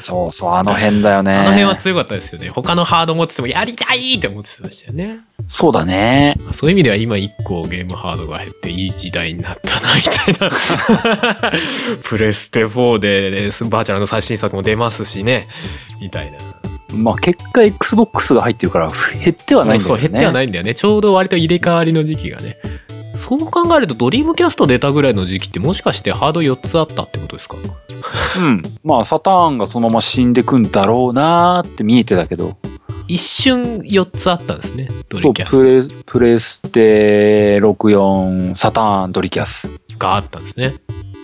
Speaker 1: そうそう、あの辺だよね。
Speaker 2: あの辺は強かったですよね他のハード持っててもやりたいって思ってましたよね
Speaker 1: そうだね。
Speaker 2: まあそういう意味では今1個ゲームハードが減っていい時代になったなみたいなプレステ4でねバーチャルの最新作も出ますしねみたいな
Speaker 1: まあ結果 XBOX が入ってるから減ってはないんだ
Speaker 2: そ
Speaker 1: よ
Speaker 2: う
Speaker 1: ね。。
Speaker 2: 減ってはいないんだよねちょうど割と入れ替わりの時期がねそう考えるとドリームキャスト出たぐらいの時期ってもしかしてハード4つあったってことですか
Speaker 1: うん。まあサターンがそのまま死んでくんだろうなーって見えてたけど、
Speaker 2: 一瞬4つあったんですねド
Speaker 1: そ
Speaker 2: リ
Speaker 1: う
Speaker 2: キャ
Speaker 1: プ
Speaker 2: ス
Speaker 1: レプレステ64、サターン、ドリキャス。うん。
Speaker 2: トがあったんですね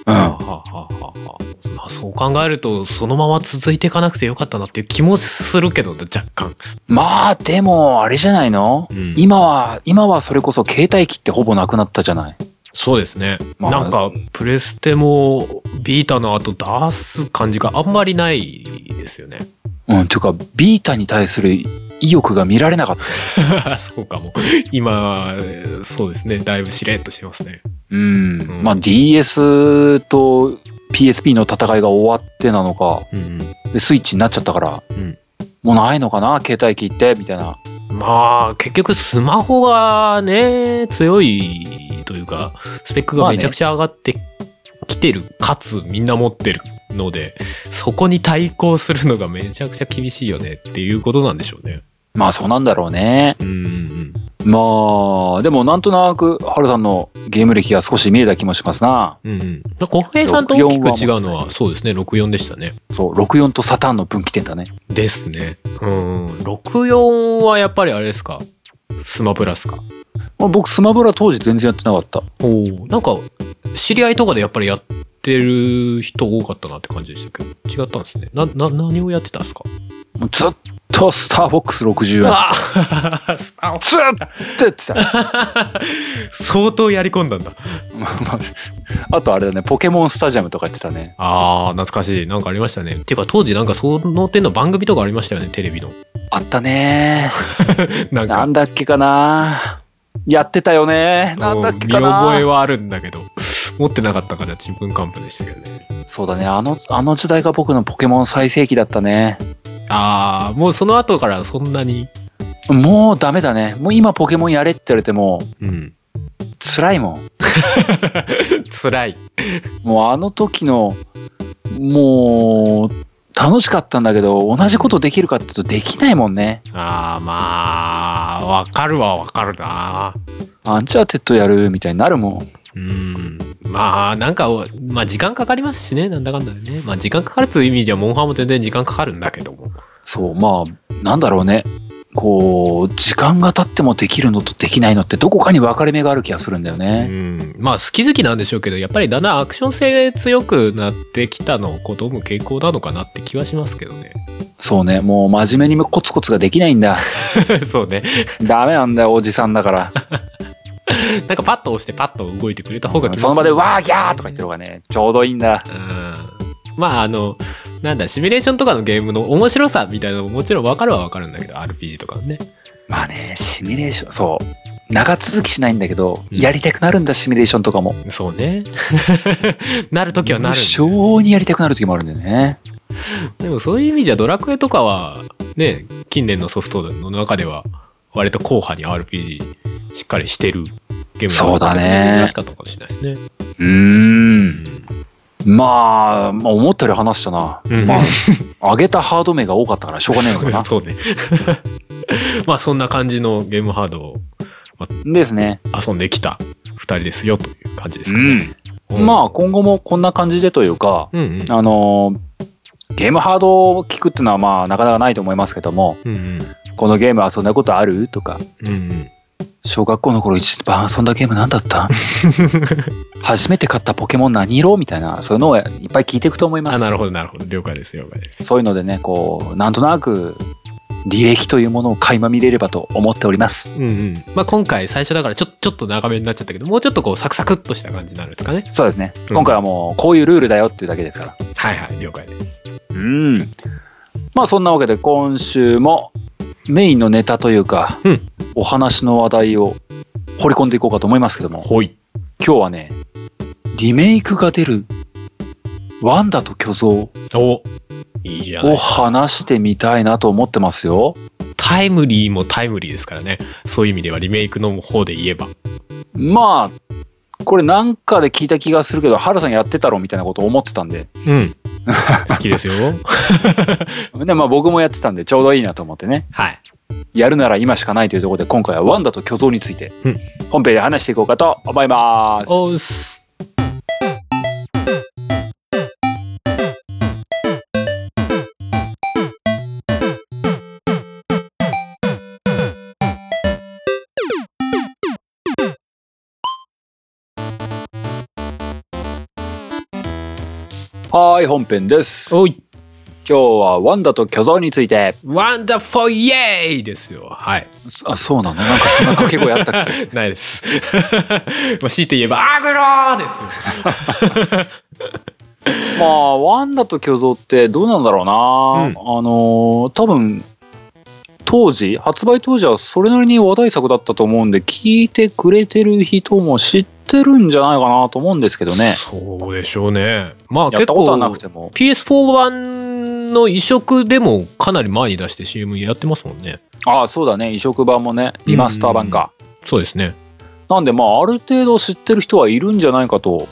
Speaker 1: あ
Speaker 2: はあはあはあはあまあそう考えるとそのまま続いていかなくてよかったなっていう気もするけど若干、
Speaker 1: まあでも、あれじゃないの
Speaker 2: うん
Speaker 1: 今は、今はそれこそ携帯機ってほぼなくなったじゃない。
Speaker 2: そうですね、
Speaker 1: まあ
Speaker 2: なんかプレステもビータの後出す感じがあんまりないですよね
Speaker 1: うん、ていうか、ビータに対する意欲が見られなかった。
Speaker 2: そうかも今そうですねだいぶしれっとしてますね
Speaker 1: うん。
Speaker 2: ん
Speaker 1: まあ DS と PSP の戦いが終わってなのか、
Speaker 2: うん
Speaker 1: でスイッチになっちゃったから、
Speaker 2: うん
Speaker 1: もうないのかな携帯機ってみたいな
Speaker 2: うんまあ結局スマホがね強いというかスペックがめちゃくちゃ上がってきてる、かつみんな持ってるのでそこに対抗するのがめちゃくちゃ厳しいよねっていうことなんでしょうね
Speaker 1: まあそうなんだろうね
Speaker 2: うんうん
Speaker 1: まあでもなんとなくハルさんのゲーム歴が少し見えた気もしますな
Speaker 2: うんうんまあ小平さんと大きく違うのはそうですね64でしたね
Speaker 1: そう64とサターンの分岐点だね
Speaker 2: ですね。うん。64はやっぱりあれですかスマブラスか。
Speaker 1: まあ僕スマブラ当時全然やってなかった
Speaker 2: おお。なんか、知り合いとかでやっぱりやってる人多かったなって感じでしたけど、違ったんですね。な、な、何をやってたんですか
Speaker 1: もうずっとスターボックス60や
Speaker 2: ああスター
Speaker 1: ずっとやってたま
Speaker 2: 相当やり込んだんだ。
Speaker 1: あま ああとあれだねポケモンスタジアムとかやってたね
Speaker 2: ああ、懐かしい。なんかありましたね。てか当時なんかその点の番組とかありましたよね、テレビの。
Speaker 1: あったね
Speaker 2: なん
Speaker 1: な
Speaker 2: か、
Speaker 1: んだっけかなやってたよねなんだっけか
Speaker 2: 見
Speaker 1: な
Speaker 2: 覚えはあるんだけど、持ってなかったからちんぷんかんぷんでしたけどね。
Speaker 1: そうだねあのあの時代が僕のポケモン最盛期だったね
Speaker 2: ああ、もうその後からそんなに。
Speaker 1: もうダメだねもう今ポケモンやれって言われても
Speaker 2: うん。
Speaker 1: 辛いもん
Speaker 2: 辛い。
Speaker 1: もうあの時のもう楽しかったんだけど同じことできるかっていうとできないもんね
Speaker 2: ああ、まあ、わかるはわかるな。
Speaker 1: アンチャーテッドやるみたいになるもん
Speaker 2: うん。まあ、なんか、まあ時間かかりますしね、なんだかんだでね。まあ時間かかるという意味じゃ、モンハンも全然時間かかるんだけども。
Speaker 1: そうまあなんだろうねこう時間が経ってもできるのとできないのってどこかに分かれ目がある気がするんだよ
Speaker 2: う
Speaker 1: ね、
Speaker 2: ん。まあ好き好きなんでしょうけど、やっぱりだんだんアクション性強くなってきたのを好む傾向なのかなって気はしますけどね。
Speaker 1: そうねもう真面目にコツコツができないんだ
Speaker 2: そうね。
Speaker 1: ダメなんだよおじさんだから
Speaker 2: なんかパッと押してパッと動いてくれた方が気持ちいい
Speaker 1: その場でわーギャーとか言ってる方がねちょうどいいんだ
Speaker 2: うんまああのなんだシミュレーションとかのゲームの面白さみたいなのももちろん分かるは分かるんだけど RPG とかのね
Speaker 1: まあねシミュレーションそう長続きしないんだけど、
Speaker 2: うん
Speaker 1: やりたくなるんだシミュレーションとかも
Speaker 2: そうね なる時はな
Speaker 1: 無
Speaker 2: る
Speaker 1: 性にやりたくなる時もあるんだよね
Speaker 2: でもそういう意味じゃドラクエとかはね近年のソフトの中では割と硬派に RPG しっかりしてるゲーム
Speaker 1: そうだね
Speaker 2: 珍しかったのかもしれないですね
Speaker 1: うーんまあ、まあ、思ったより話したな、
Speaker 2: うん
Speaker 1: まあ上げたハード名が多かったからしょうがねえのかな
Speaker 2: そうねまあそんな感じのゲームハードを
Speaker 1: ですね
Speaker 2: 遊んできた2人ですよという感じです
Speaker 1: う
Speaker 2: かね、
Speaker 1: んまあ
Speaker 2: あ
Speaker 1: 今後もこんな感じでというか
Speaker 2: うんうん
Speaker 1: あのゲームハードを聞くっていうのはまあなかなかないと思いますけども
Speaker 2: うんうん
Speaker 1: このゲーム遊んだことあるとか
Speaker 2: うんうん
Speaker 1: 小学校の頃一番遊んだゲームなんだった 初めて買ったポケモン何色みたいなそういうのをいっぱい聞いていくと思いま
Speaker 2: あ、
Speaker 1: す
Speaker 2: なるほど、なるほど。了解です、了解です。
Speaker 1: そういうのでねこうなんとなく履歴というものを垣間見れればと思っております
Speaker 2: うんうん。まあ、今回、最初だから、ちょ、ちょっと長めになっちゃったけど、もうちょっとこう、サクサクっとした感じになるんですかね。
Speaker 1: そうですね
Speaker 2: うん
Speaker 1: 今回はもうこういうルールだよっていうだけですから
Speaker 2: はいはい、了解です。
Speaker 1: うん。まあそんなわけで今週もメインのネタというか、
Speaker 2: うん
Speaker 1: お話の話題を掘り込んでいこうかと思いますけども、
Speaker 2: ほい。
Speaker 1: 今日はね、リメイクが出るワンダと巨像
Speaker 2: おいいじゃな
Speaker 1: を
Speaker 2: い。
Speaker 1: 話してみたいなと思ってますよ。
Speaker 2: タイムリーもタイムリーですからね。そういう意味ではリメイクの方で言えば。
Speaker 1: まあ、これなんかで聞いた気がするけど、ハルさんやってたろみたいなこと思ってたんで。
Speaker 2: うん。好きですよ。
Speaker 1: で、まあ僕もやってたんでちょうどいいなと思ってね。
Speaker 2: はい。
Speaker 1: やるなら今しかないというところで、今回はワンダと巨像について
Speaker 2: うん、
Speaker 1: 本編で話していこうかと思います。
Speaker 2: おうっす。
Speaker 1: はーい、本編です。今
Speaker 2: おい。
Speaker 1: 日はワンダと巨像について。
Speaker 2: ワンダフォーイエーイですよ。はい。
Speaker 1: あ、そうなのなんかそんな掛け声あったっけ
Speaker 2: ないです。 まあ、強いて言えば、アグローですよ。
Speaker 1: まあ、ワンダと巨像ってどうなんだろうな、
Speaker 2: うん
Speaker 1: あのー多分、当時、発売当時はそれなりに話題作だったと思うんで、聞いてくれてる人も知ってるんじゃないかなと思うんですけどね。
Speaker 2: そうでしょうね。まあ
Speaker 1: やっ
Speaker 2: 結
Speaker 1: た
Speaker 2: 構
Speaker 1: ことはなくても。
Speaker 2: PS4 版の移植でもかなり前に出して CM やってますもんね。
Speaker 1: ああ、そうだね。移植版もね、リマスター版か。
Speaker 2: そうですね。
Speaker 1: なんで、まあ、ある程度知ってる人はいるんじゃないかと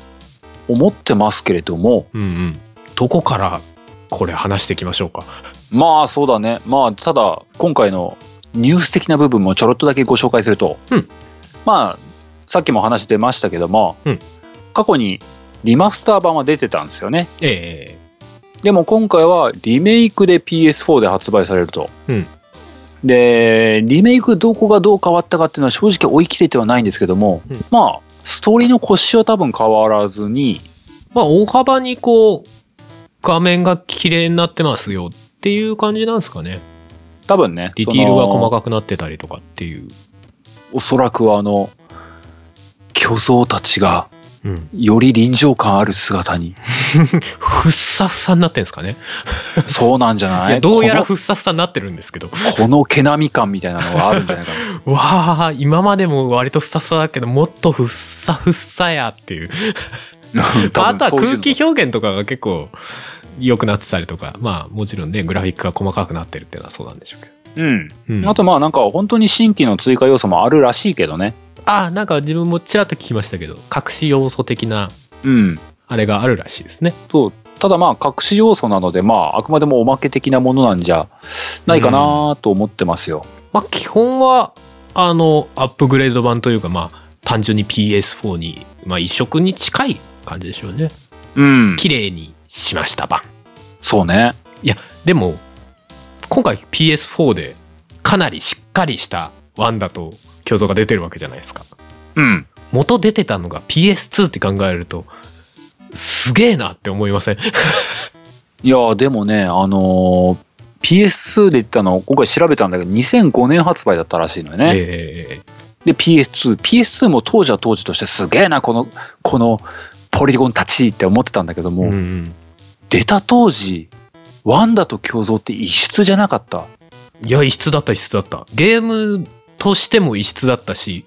Speaker 1: 思ってますけれども、
Speaker 2: うんうん。どこからこれ話していきましょうか。
Speaker 1: まあそうだね。まあただ今回のニュース的な部分もちょろっとだけご紹介すると、
Speaker 2: うん
Speaker 1: まあさっきも話出ましたけども、
Speaker 2: うん
Speaker 1: 過去にリマスター版は出てたんですよね。
Speaker 2: え
Speaker 1: でも今回はリメイクで PS4 で発売されると。
Speaker 2: うん
Speaker 1: で、リメイクどこがどう変わったかっていうのは正直追い切れてはないんですけども、
Speaker 2: うん
Speaker 1: まあストーリーの腰は多分変わらずに、
Speaker 2: えまあ大幅にこう、画面が綺麗になってますよっていう感じなんですかね。
Speaker 1: 多分ね、
Speaker 2: ディティールが細
Speaker 1: く。
Speaker 2: かくなってたりとかっていう。
Speaker 1: おそらくあの、巨像たちが、
Speaker 2: うん。
Speaker 1: より臨場感ある姿 に。
Speaker 2: ふっさふさになってんですかね。
Speaker 1: そうなんじゃ
Speaker 2: い
Speaker 1: な
Speaker 2: や
Speaker 1: い
Speaker 2: どうやら
Speaker 1: こ
Speaker 2: ふっさふさになってるんですけど。
Speaker 1: のこの毛並み感みたいなのがあるんじゃないかな。
Speaker 2: わあ、今までも割とふさふさだけど、もっとふっさふっさやっていう。 まあ、あとは空気表現とかが結構良くなってたりとか、まあもちろんね、グラフィックが細かくなってるっていうのはそうなんでしょうけ
Speaker 1: うん。
Speaker 2: ど。うん、
Speaker 1: あとまあなんか本当に新規の追加要素もあるらしいけどね。
Speaker 2: あ、なんか自分もちらっと聞きましたけど、隠し要素的な
Speaker 1: うん。
Speaker 2: あれがあるらしいですね。
Speaker 1: そう。ただまあ隠し要素なのでまああくまでもおまけ的なものなんじゃないかなと思ってますよ。
Speaker 2: まあ基本は、あの、アップグレード版というか、まあ単純に PS4 に、まあ移植に近い感じでしょうね。
Speaker 1: うん。
Speaker 2: 綺麗にしました版。
Speaker 1: そうね。
Speaker 2: でも今回 PS4 でかなりしっかりしたワンダと巨像が出てるわけじゃないですか
Speaker 1: うん。
Speaker 2: 元出てたのが PS2 って考えるとすげえなって思いません
Speaker 1: いやーでもね、あのー PS2 で言ったのを今回調べたんだけど2005年発売だったらしいのよね。
Speaker 2: え
Speaker 1: で PS2。PS2 も当時は当時としてすげえな、この、このポリゴンたちって思ってたんだけど
Speaker 2: え
Speaker 1: も、
Speaker 2: うんうん
Speaker 1: 出た当時、ワンダと共像って異質じゃなかった。
Speaker 2: いや異質だった異質だったゲームとしても異質だったし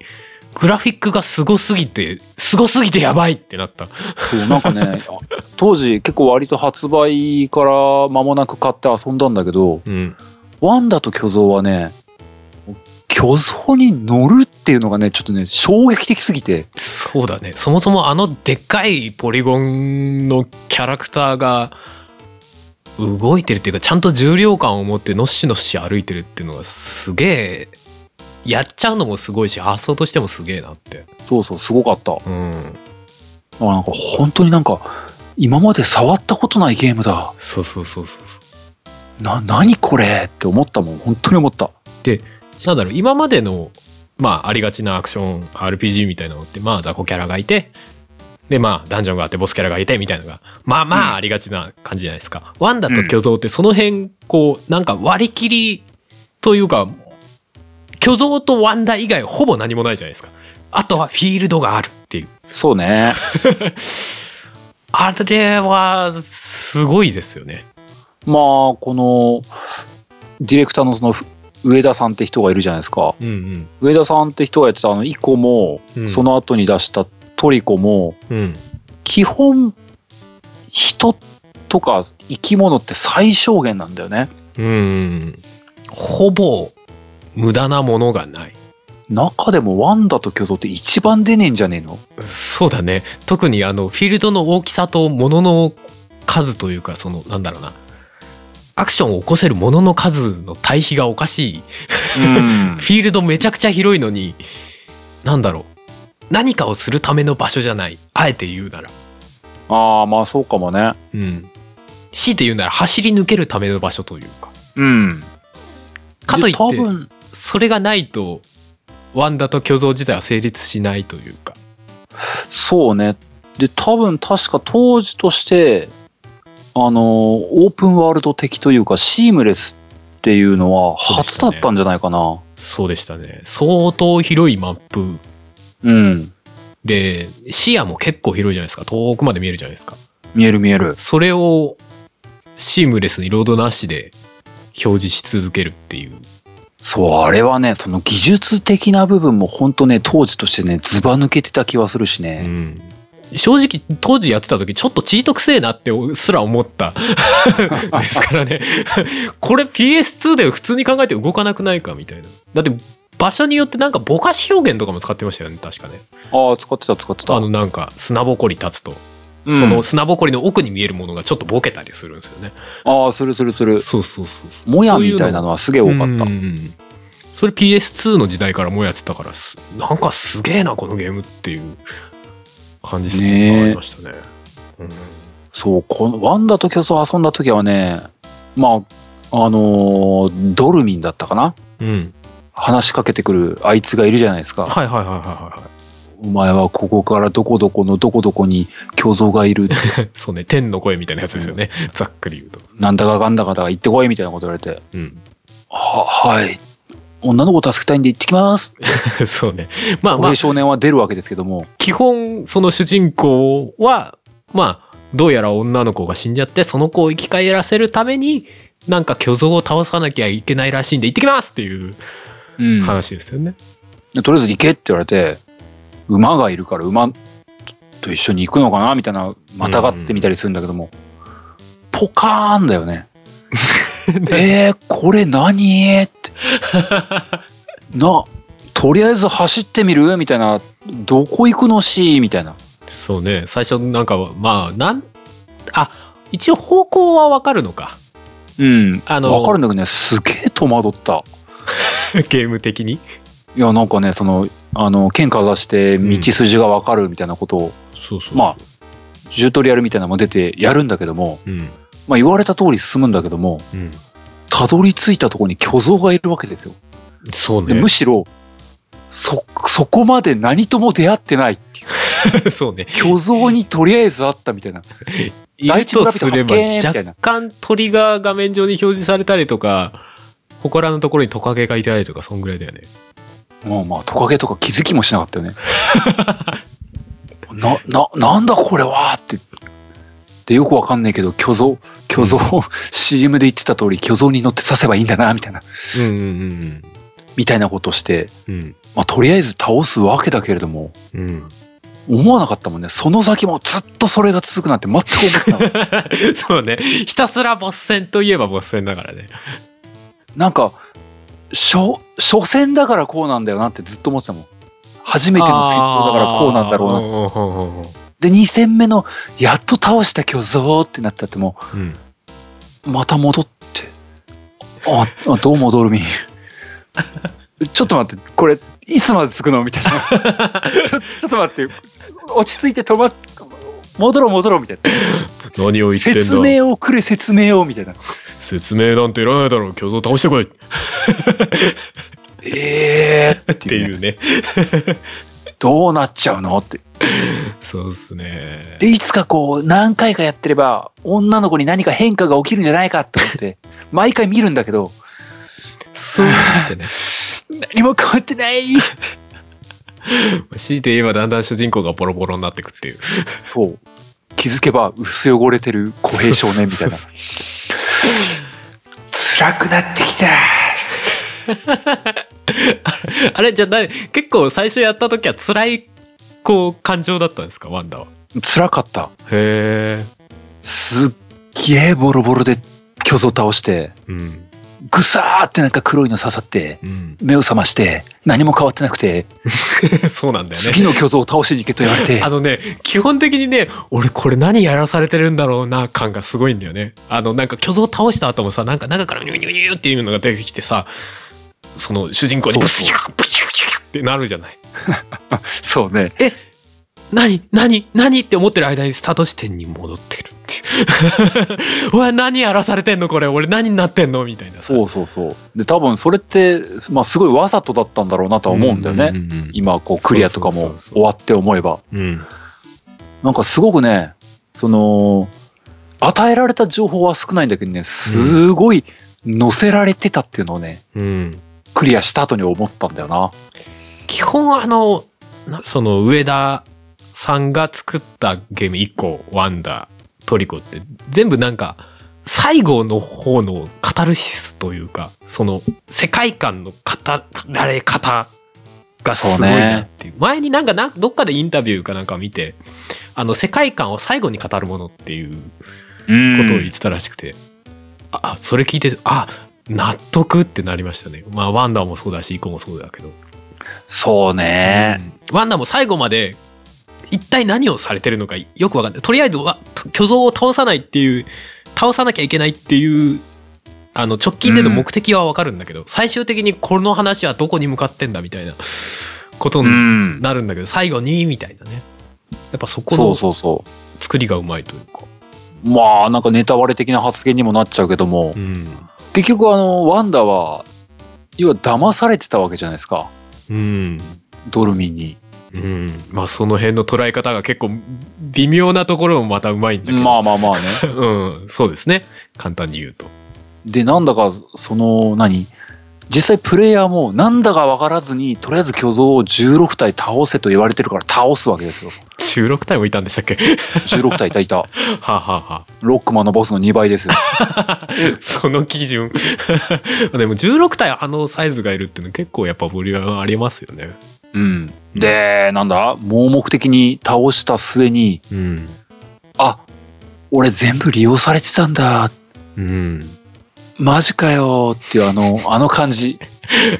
Speaker 2: グラフィックがすごすぎてすごすぎてやばいってなった
Speaker 1: そう、なんかね、 あ当時結構割と発売から間もなく買って遊んだんだけど、
Speaker 2: うん
Speaker 1: ワンダと巨像はね、巨像に乗るっていうのがね、ちょっとね、衝撃的すぎて、
Speaker 2: そうだねそもそもあのでっかいポリゴンのキャラクターが動いてるっていうかちゃんと重量感を持ってのっしのっし歩いてるっていうのがすげえやっちゃうのもすごいし発想としてもすげえなって
Speaker 1: そうそう、すごかった。
Speaker 2: うん
Speaker 1: あなんか本当になんか、今まで触ったことないゲームだ。
Speaker 2: そうそうそうそうそ
Speaker 1: な、何これって思ったもん。本当に思った。
Speaker 2: うなんだろう今までのまあありがちなアクション RPG みたいなのってまあ雑魚キャラがいてでまあダンジョンがあってボスキャラがいてみたいなのがまあま
Speaker 1: うん
Speaker 2: あありがちな感じじゃないですか、ワンダと巨像ってその辺こうなんか割り切りというか巨像とワンダ以外ほぼ何もないじゃないですかあとはフィールドがあるっていう
Speaker 1: そうね。
Speaker 2: あれはすごいですよね
Speaker 1: まあ、この、ディレクターのその、ふ上田さんって人がいるじゃないですか。
Speaker 2: うん
Speaker 1: 上田さんって人がやってたあの、イコも、
Speaker 2: うん
Speaker 1: その後に出したトリコも、
Speaker 2: うん
Speaker 1: 基本、人とか生き物って最小限なんだよね。
Speaker 2: うんほぼ無駄なものがない
Speaker 1: 中でもワンダと巨像って一番出ねえんじゃねえの
Speaker 2: そうだね特にあのフィールドの大きさとものの数というかそのなんだろうなアクションを起こせるものの数の対比がおかしい
Speaker 1: うん
Speaker 2: フィールドめちゃくちゃ広いのになんだろう何かをするための場所じゃないあえて言うなら
Speaker 1: ああ、まあそうかもね。
Speaker 2: うん強いて言うなら走り抜けるための場所というか
Speaker 1: うん。
Speaker 2: かといって
Speaker 1: で多分、
Speaker 2: それがないとワンダと巨像自体は成立しないというか
Speaker 1: そうね。で、多分確か当時として、あのー、オープンワールド的というか、シームレスっていうのは
Speaker 2: そうでし
Speaker 1: 初
Speaker 2: た
Speaker 1: だ
Speaker 2: ね
Speaker 1: ったんじゃないかな。
Speaker 2: そうでしたね相当広いマップ
Speaker 1: うん。
Speaker 2: で視野も結構広いじゃないですか遠くまで見えるじゃないですか
Speaker 1: 見える見える。
Speaker 2: それをシームレスにロードなしで表示し続けるっていう
Speaker 1: そう、あれはね、その技術的な部分も本当ね、当時としてね、ずば抜けてた気はするしね。
Speaker 2: 正直当時やってた時ちょっとチートくせえなってすら思った ですからねこれ PS2 で普通に考えて動かなくないかみたいなだって場所によってなんかぼかし表現とかも使ってましたよね確かね
Speaker 1: ああ、使ってた使ってた。
Speaker 2: あのなんか砂ぼこり立つと、
Speaker 1: うん
Speaker 2: その砂ぼこりの奥に見えるものがちょっとボケたりするんですよね
Speaker 1: ああ、するするする。
Speaker 2: そうそうそうそう
Speaker 1: もやみたいなのはすげえ多かった
Speaker 2: うん。うんうんそれ PS2 の時代からもやってたからすなんかすげえなこのゲームっていう感じするのがありましたねうん
Speaker 1: そう、この、ワンダと競争遊んだ時はね、まあ、あのードルミンだったかな
Speaker 2: うん、
Speaker 1: 話しかけてくるあいつがいるじゃないですか。
Speaker 2: はいはいはいはいはいは
Speaker 1: お前はここからどこどこのどこどこに競争がい るって、
Speaker 2: い。そうね、天の声みたいなやつですよね。ざっくり言うと。
Speaker 1: なんだかかんだかだか行ってこいみたいなこと言われて、
Speaker 2: うん。
Speaker 1: は、はい。女の子助けたいんで行ってきます。
Speaker 2: そうね。まあ
Speaker 1: こ
Speaker 2: まあ
Speaker 1: れ、少年は出るわけですけども。
Speaker 2: 基本、その主人公は、まあ、どうやら女の子が死んじゃって、その子を生き返らせるために、なんか巨像を倒さなきゃいけないらしいんで、行ってきますっていう
Speaker 1: うん
Speaker 2: 話ですよね。
Speaker 1: でとりあえず行けって言われて、馬がいるから馬と一緒に行くのかなみたいな、またがってみたりするんだけども、ポカーンだよね。えー、これ何って。な、とりあえず走ってみるみたいな、どこ行くのしみたいな。
Speaker 2: そうね。最初、なんか、まあ、なん、あ、一応方向はわかるのか。
Speaker 1: うん。
Speaker 2: あの、
Speaker 1: わかるんだけどね、すげえ戸惑った。
Speaker 2: ゲーム的に。
Speaker 1: いや、なんかね、その、あの、剣かざして道筋がわかるみたいなことを、
Speaker 2: そうそう。
Speaker 1: まあ、ジュートリアルみたいなのも出てやるんだけども、
Speaker 2: うん。
Speaker 1: まあ言われた通り進むんだけども、
Speaker 2: うん。
Speaker 1: たどり着いたところに巨像がいるわけですよ。
Speaker 2: そう
Speaker 1: で
Speaker 2: ね
Speaker 1: む。しろ、そ、そこまで何とも出会ってないっていう
Speaker 2: そうね。
Speaker 1: 巨像にとりあえずあったみたいな。
Speaker 2: いるとすれば
Speaker 1: 第一部ラピュタ発見みたいな
Speaker 2: 若干トリガー画面上に表示されたりとか祠のところにトカゲがいたりとかそんぐらいだよね
Speaker 1: もうまあトカゲとか気づきもしなかったよね。 な、な、なんだこれはって。で、よくわかんないけど、巨像、巨像、CM で言ってた通り巨像に乗って刺せばいいんだな、みたいな、
Speaker 2: うんうん
Speaker 1: みたいなことをして、
Speaker 2: うんうん
Speaker 1: まあとりあえず倒すわけだけれども、
Speaker 2: うん、
Speaker 1: 思わなかったもんね。その先もずっとそれが続くなんて全く思ってなかった。
Speaker 2: そうねひたすらボス戦といえばボス戦だからね
Speaker 1: なんか、初、初戦だからこうなんだよなってずっと思ってたもん。初めての戦闘だからこうなんだろうな。
Speaker 2: う
Speaker 1: で、2戦目の、やっと倒した巨像ってなったっても
Speaker 2: なうん
Speaker 1: う、また戻って、あ、あどうもドルミン。 ちょっと待って、これ、いつまでつくのみたいな。ちょちょっと待って、落ち着いて止まっ、戻ろう戻ろうみたいな。
Speaker 2: 何を言ってんだ
Speaker 1: 説明をくれ説明をみたいな。
Speaker 2: 説明なんていらないだろう巨像倒してこいっ
Speaker 1: えーってていう
Speaker 2: い
Speaker 1: ね、
Speaker 2: うね
Speaker 1: どうなっちゃうのって。
Speaker 2: そうっすね
Speaker 1: でいつかこう何回かやってれば女の子に何か変化が起きるんじゃないかって思って毎回見るんだけど
Speaker 2: そうって ね
Speaker 1: 何も変わってない
Speaker 2: 強いて言えばだんだん主人公がボロボロになってくっていう
Speaker 1: そう気づけば薄汚れてる小平少年みたいな
Speaker 2: そう
Speaker 1: 辛くなってきた。
Speaker 2: あれじゃない結構最初やった時は辛いこう感情だったんですかワンダは
Speaker 1: 辛かった。
Speaker 2: へえ
Speaker 1: すっげえボロボロで巨像倒して、
Speaker 2: うん
Speaker 1: ぐさーってなんか黒いの刺さって、
Speaker 2: うん
Speaker 1: 目を覚まして、何も変わってなくて、
Speaker 2: そうなんだよね
Speaker 1: 次の巨像を倒しに行けと言われて
Speaker 2: あ、のね、基本的にね、俺これ何やらされてるんだろうな感がすごいんだよね。あの、なんか巨像倒した後もさ、なんか中からニュニュニュっていうのが出てきてさ、その主人公
Speaker 1: そう
Speaker 2: にブ
Speaker 1: そう
Speaker 2: スキュッブシュッブシュッってなるじゃない。
Speaker 1: そうね。
Speaker 2: 何何何って思ってる間にスタート地点に戻ってるっていう。う わ、何やらされてんのこれ。俺何になってんのみたいなさ。
Speaker 1: そうそうそう。で、多分それって、まあすごいわざとだったんだろうなとは思うんだよね。
Speaker 2: んうん
Speaker 1: 今、こう、クリアとか
Speaker 2: そうそう
Speaker 1: も
Speaker 2: そうそう
Speaker 1: 終わって思えば。
Speaker 2: うん。うん
Speaker 1: なんかすごくね、その、与えられた情報は少ないんだけどね、すごい乗せられてたっていうのをね、
Speaker 2: うん。
Speaker 1: クリアした後に思ったんだよな。
Speaker 2: 基本あのなその上田さんが作ったゲーム1個「ワンダートリコ」って全部なんか最後の方のカタルシスというかその世界観の語られ方がすごいなっていう前になんかなどっかでインタビューかなんか見てあの世界観を最後に語るものっていう
Speaker 1: うん
Speaker 2: ことを言ってたらしくて、ああそれ聞いてあ納得ってなりましたねまあワンダーもそうだしイコもそうだけど
Speaker 1: そうね。
Speaker 2: ワンダも最後まで一体何をされてるのかよく分かんないとりあえずわ巨像を倒さないっていう倒さなきゃいけないっていうあの直近での目的は分かるんだけど、最終的にこの話はどこに向かってんだみたいなこと
Speaker 1: う
Speaker 2: に
Speaker 1: ん。
Speaker 2: なるんだけど、最後にみたいなねやっぱそこ
Speaker 1: そう
Speaker 2: の
Speaker 1: そうそ
Speaker 2: 作りがうまいというか
Speaker 1: う。まあ、なんかネタ割れ的な発言にもなっちゃうけども、
Speaker 2: うん
Speaker 1: 結局あの、ワンダは、要は騙されてたわけじゃないですか。
Speaker 2: うん、
Speaker 1: ドルミンに。
Speaker 2: うん、まあその辺の捉え方が結構微妙なところもまたうまいんだけど、
Speaker 1: まあまあまあね。
Speaker 2: うんそうですね簡単に言うと
Speaker 1: で、なんだか、その、何実際プレイヤーもなんだかわからずに、とりあえず巨像を16体倒せと言われてるから倒すわけですよ。
Speaker 2: 16体もいたんでしたっけ
Speaker 1: 16体いたいた。
Speaker 2: はあ、はあは
Speaker 1: ロックマンのボスの2倍ですよ。
Speaker 2: あ、その基準 でも16体あのサイズがいるっていうの結構やっぱボリュームありますよね
Speaker 1: うん。で、なんだ盲目的に倒した末に、
Speaker 2: うん
Speaker 1: あ、俺全部利用されてたんだ。
Speaker 2: うん
Speaker 1: マジかよっていうあの、あの感じ。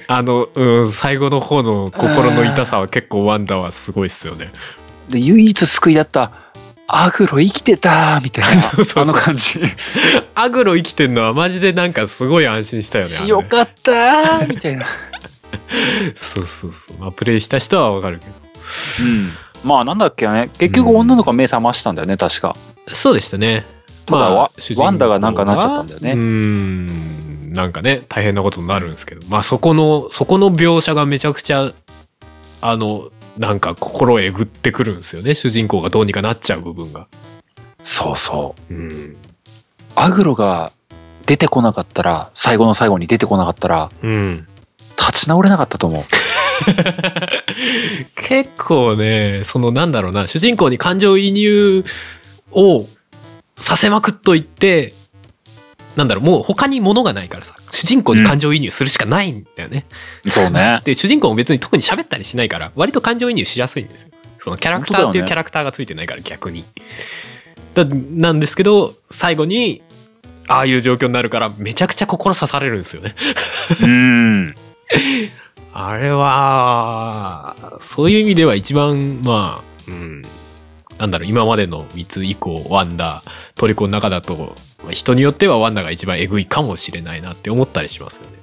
Speaker 2: あの、うん、最後の方の心の痛さは結構ワンダはすごいっすよね
Speaker 1: で、唯一救いだった、アグロ生きてたみたい
Speaker 2: そうそうそう
Speaker 1: な、あの感じ。
Speaker 2: アグロ生きてんのはマジでなんかすごい安心したよねあれね
Speaker 1: よかったみたいな。
Speaker 2: そうそうそう、まあ、プレイした人はわかるけ
Speaker 1: うん、まあなんだっけね結局女の子は目覚ましたんだよね確か
Speaker 2: どそうでしたね
Speaker 1: ただワ
Speaker 2: 主人公は
Speaker 1: ワンダがなんかなっちゃったんだよね
Speaker 2: うんなんかね大変なことになるんですけどまあそこのそこの描写がめちゃくちゃあのなんか心をえぐってくるんですよね主人公がどうにかなっちゃう部分が
Speaker 1: そうそう
Speaker 2: うん、
Speaker 1: アグロが出てこなかったら最後の最後に出てこなかったら
Speaker 2: うん、
Speaker 1: 立ち直れなかったと思う
Speaker 2: 結構ねそのなんだろうな主人公に感情移入をさせまくっといってなんだろうもう他に物がないからさ主人公に感情移入するしかないんだよね、
Speaker 1: そう ね
Speaker 2: で主人公も別に特に喋ったりしないから割と感情移入しやすいんですよそのキャラクターってい
Speaker 1: 本当だよ
Speaker 2: う
Speaker 1: ね
Speaker 2: キャラクターがついてないから逆にだなんですけど最後にああいう状況になるからめちゃくちゃ心刺されるんですよね
Speaker 1: うん
Speaker 2: あれはそういう意味では一番まあうんなんだろう今までの3つ以降ワンダートリコの中だとまあ人によってはワンダーが一番えぐいかもしれないなって思ったりしますよね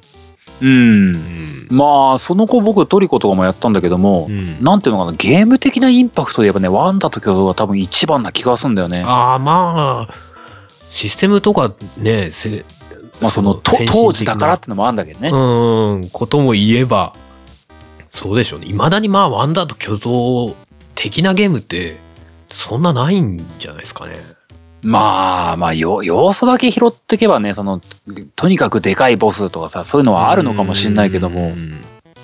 Speaker 1: うん
Speaker 2: うん
Speaker 1: まあその子僕トリコとかもやったんだけども、
Speaker 2: うん
Speaker 1: なんていうのかなゲーム的なインパクトで言えばねワンダと巨像が多分一番な気がするんだよね
Speaker 2: ああまあシステムとかねせ
Speaker 1: まあそのと
Speaker 2: 先進的な
Speaker 1: 当時だからってのもあるんだけどね、
Speaker 2: うーんことも言えばそうでしょうねいまだにまあワンダーと巨像的なゲームってそんなないんじゃないですかね
Speaker 1: まあまあよ要素だけ拾っていけばねそのとにかくでかいボスとかさそういうのはあるのかもしれないけど
Speaker 2: う
Speaker 1: も
Speaker 2: ん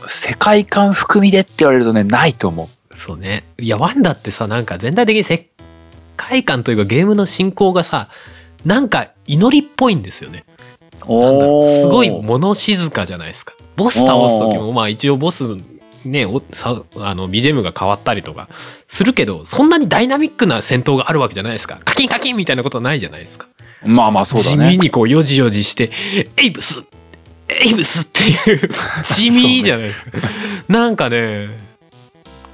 Speaker 1: 世界観含みでって言われるとねないと思
Speaker 2: そうねいやワンダーってさなんか全体的に世界観というかゲームの進行がさなんか祈りっぽいんですよねなんだ
Speaker 1: お
Speaker 2: ろう
Speaker 1: ー
Speaker 2: すごい物静かじゃないですかボス倒す時もまあ一応ボスねおさあの BGM が変わったりとかするけどそんなにダイナミックな戦闘があるわけじゃないですかカキンカキンみたいなことはないじゃないですか、
Speaker 1: まあまあそう
Speaker 2: 地
Speaker 1: だね
Speaker 2: 味。にこうよじよじして「エイブスエイブス!」っていう 地味じゃないですか、なんかね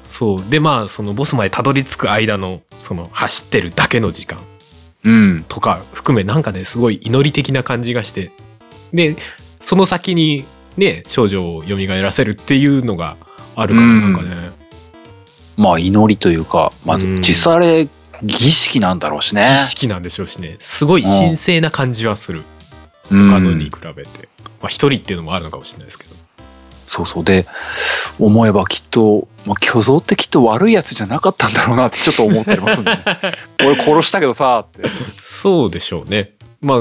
Speaker 2: そうでまあそのボスまでたどり着く間のその走ってるだけの時間
Speaker 1: うん。
Speaker 2: とか含めなんかねすごい祈り的な感じがしてでその先にね少女を蘇らせるっていうのがあるから
Speaker 1: うん
Speaker 2: なんかね、
Speaker 1: まあ祈りというか、まず
Speaker 2: うん
Speaker 1: 実際あれ儀式なんだろうしね。
Speaker 2: 儀式なんでしょうしねすごい神聖な感じはする
Speaker 1: うん
Speaker 2: 他のに比べて、まあ一人っていうのもあるのかもしれないですけど
Speaker 1: そうそう。で、思えばきっと、まあ虚像ってきっと悪いやつじゃなかったんだろうなってちょっと思ったりもするん だよね。俺殺したけどさ、って。
Speaker 2: そうでしょうねまあ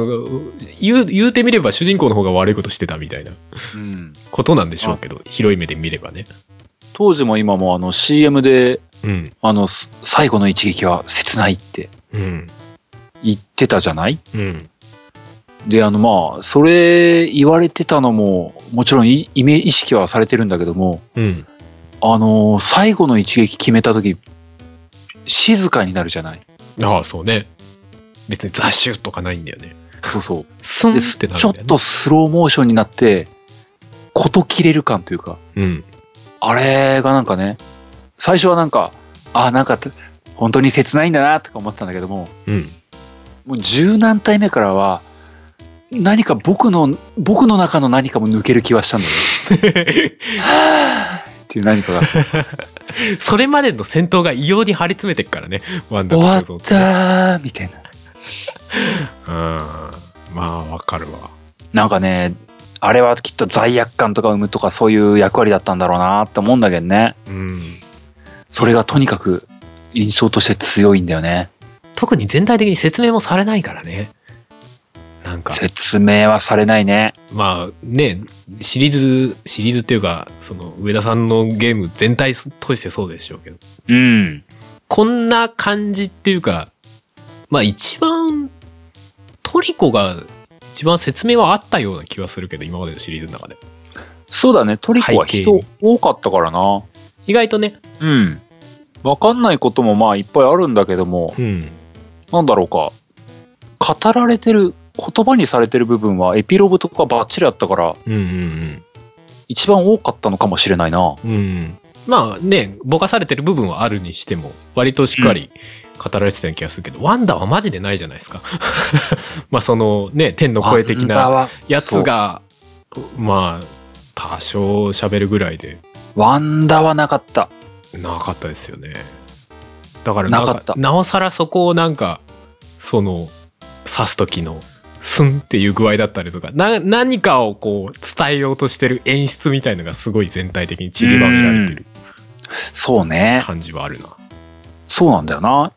Speaker 2: 言う言うてみれば主人公の方が悪いことしてたみたいな
Speaker 1: うん。
Speaker 2: ことなんでしょうけど広い目で見ればね
Speaker 1: 当時も今もあの CM で、
Speaker 2: うん
Speaker 1: あの、す最後の一撃は切ないって
Speaker 2: うん
Speaker 1: 言ってたじゃない
Speaker 2: うん
Speaker 1: で、あのまあ、それ言われてたのも、もちろんいイメ意識はされてるんだけども、
Speaker 2: うん
Speaker 1: あのー最後の一撃決めた時静かになるじゃない
Speaker 2: ああそうね別に雑種とかないんだよね
Speaker 1: そうそ
Speaker 2: ス
Speaker 1: う
Speaker 2: ン
Speaker 1: で
Speaker 2: って
Speaker 1: ち
Speaker 2: な
Speaker 1: ょ
Speaker 2: るん
Speaker 1: っ
Speaker 2: だよね
Speaker 1: とスローモーションになって事切れる感というか
Speaker 2: うん
Speaker 1: あれがなんかね最初はなんかあなんか本当に切ないんだなとか思ってたんだけども
Speaker 2: うん
Speaker 1: もう十何体目からは何か僕の僕の中の何かも抜ける気はしたんだよねはぁっていう何かが
Speaker 2: それまでの戦闘が異様に張り詰めてっからねワンダ
Speaker 1: 終
Speaker 2: と
Speaker 1: わ
Speaker 2: 巨
Speaker 1: っ
Speaker 2: 像てね
Speaker 1: たーみたいな
Speaker 2: うんまあわかるわ
Speaker 1: なんかね、あれはきっと罪悪感とか生むとかそういう役割だったんだろうなって思うんだけどね。
Speaker 2: うん
Speaker 1: それがとにかく印象として強いんだよね。
Speaker 2: 特に全体的に説明もされないからねなんか
Speaker 1: 説明はされないね。
Speaker 2: まあねシリーズシリーズっていうかその上田さんのゲーム全体通してそうでしょうけど
Speaker 1: うん。
Speaker 2: こんな感じっていうかまあ一番トリコが一番説明はあったような気はするけど今までのシリーズの中で
Speaker 1: そうだね。トリコは
Speaker 2: 背景
Speaker 1: 人
Speaker 2: に
Speaker 1: 多かったからな。
Speaker 2: 意外とね
Speaker 1: うん。わかんないこともまあいっぱいあるんだけども、
Speaker 2: うん
Speaker 1: なんだろうか。語られてる、言葉にされてる部分はエピローグとかバッチリあったから、
Speaker 2: うんうんうん
Speaker 1: 一番多かったのかもしれないな。
Speaker 2: うん、まあねぼかされてる部分はあるにしても割としっかり語られてたような気がするけど、ワンダはマジでないじゃないですか まあそのね天の声的
Speaker 1: ワンダー
Speaker 2: な
Speaker 1: は
Speaker 2: やつがまあ多少喋るぐらいで
Speaker 1: ワンダはなかった。
Speaker 2: なかったですよねだからなんか
Speaker 1: なかった
Speaker 2: なおさらそこをなんかその刺す時のスンっていう具合だったりとかな何かをこう伝えようとしてる演出みたいのがすごい全体的に散りばめられてる
Speaker 1: そうね。
Speaker 2: 感じはあるな。
Speaker 1: そうなんだよな。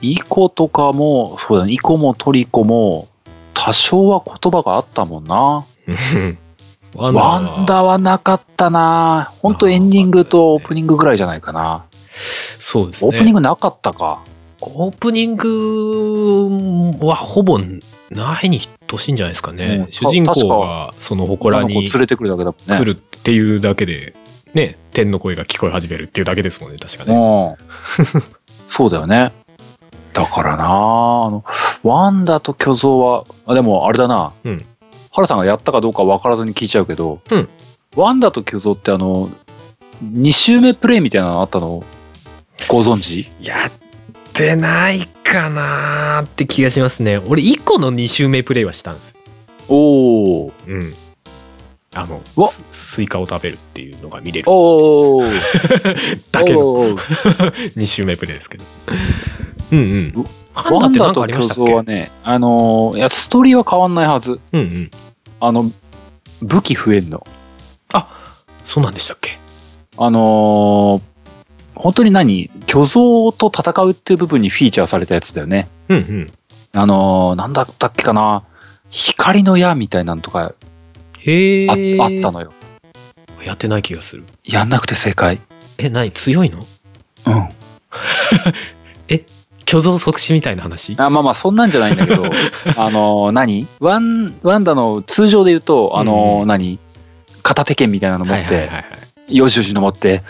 Speaker 1: イコとかも、そうだね。イコもトリコも、多少は言葉があったもんな。
Speaker 2: ワ
Speaker 1: ワンダはなかったな。ほんとエンディングとオープニングぐらいじゃないかな。
Speaker 2: そうですね。
Speaker 1: オープニングなかったか。
Speaker 2: オープニングはほぼないに等しいんじゃないですかね。
Speaker 1: うん
Speaker 2: 主人公がその祠
Speaker 1: 女の
Speaker 2: に
Speaker 1: 子連れてくるだけだも
Speaker 2: 来
Speaker 1: ん
Speaker 2: るっていうだけで、ね、天の声が聞こえ始めるっていうだけですもんね、確かね。
Speaker 1: ね。うん。そうだよね。だからなあの、ワンダと巨像は、あ、でもあれだな。
Speaker 2: うん
Speaker 1: ハルさんがやったかどうか分からずに聞いちゃうけど、
Speaker 2: うん
Speaker 1: ワンダと巨像ってあの、2周目プレイみたいなのあったのご存知
Speaker 2: やってないかなーって気がしますね。俺、1個の2周目プレイはしたんですよ。
Speaker 1: おー。
Speaker 2: うん。あの
Speaker 1: わ、
Speaker 2: ススイカを食べるっていうのが見れる
Speaker 1: おー。
Speaker 2: だけの
Speaker 1: おー
Speaker 2: 2周目プレイですけど。うんうん。ハンダ
Speaker 1: ワ
Speaker 2: っ
Speaker 1: ン
Speaker 2: てな
Speaker 1: ダ
Speaker 2: んか
Speaker 1: と
Speaker 2: ありま
Speaker 1: 巨
Speaker 2: したっ
Speaker 1: 像
Speaker 2: け
Speaker 1: はね、あのーいや、ストーリーは変わんないはず。
Speaker 2: うんうん。
Speaker 1: あの、武器増えんの。
Speaker 2: そうなんでしたっけ
Speaker 1: あのー本当に何巨像と戦うっていう部分にフィーチャーされたやつだよね。
Speaker 2: うんうん。
Speaker 1: あのーなんだったっけかな光の矢みたいなのとか
Speaker 2: へえ。
Speaker 1: あ,、あったのよ。
Speaker 2: やってない気がする。
Speaker 1: やんなくて正解。
Speaker 2: え、何強い
Speaker 1: う
Speaker 2: の
Speaker 1: ん。
Speaker 2: 虚像即死みたいな話
Speaker 1: あまあまあそんなんじゃないん だけどあの何ワンワンダの通常で言うとあの、
Speaker 2: うん
Speaker 1: 何片手剣みたいなの持
Speaker 2: はい
Speaker 1: っ
Speaker 2: はいはい
Speaker 1: て
Speaker 2: はい
Speaker 1: よしよし登って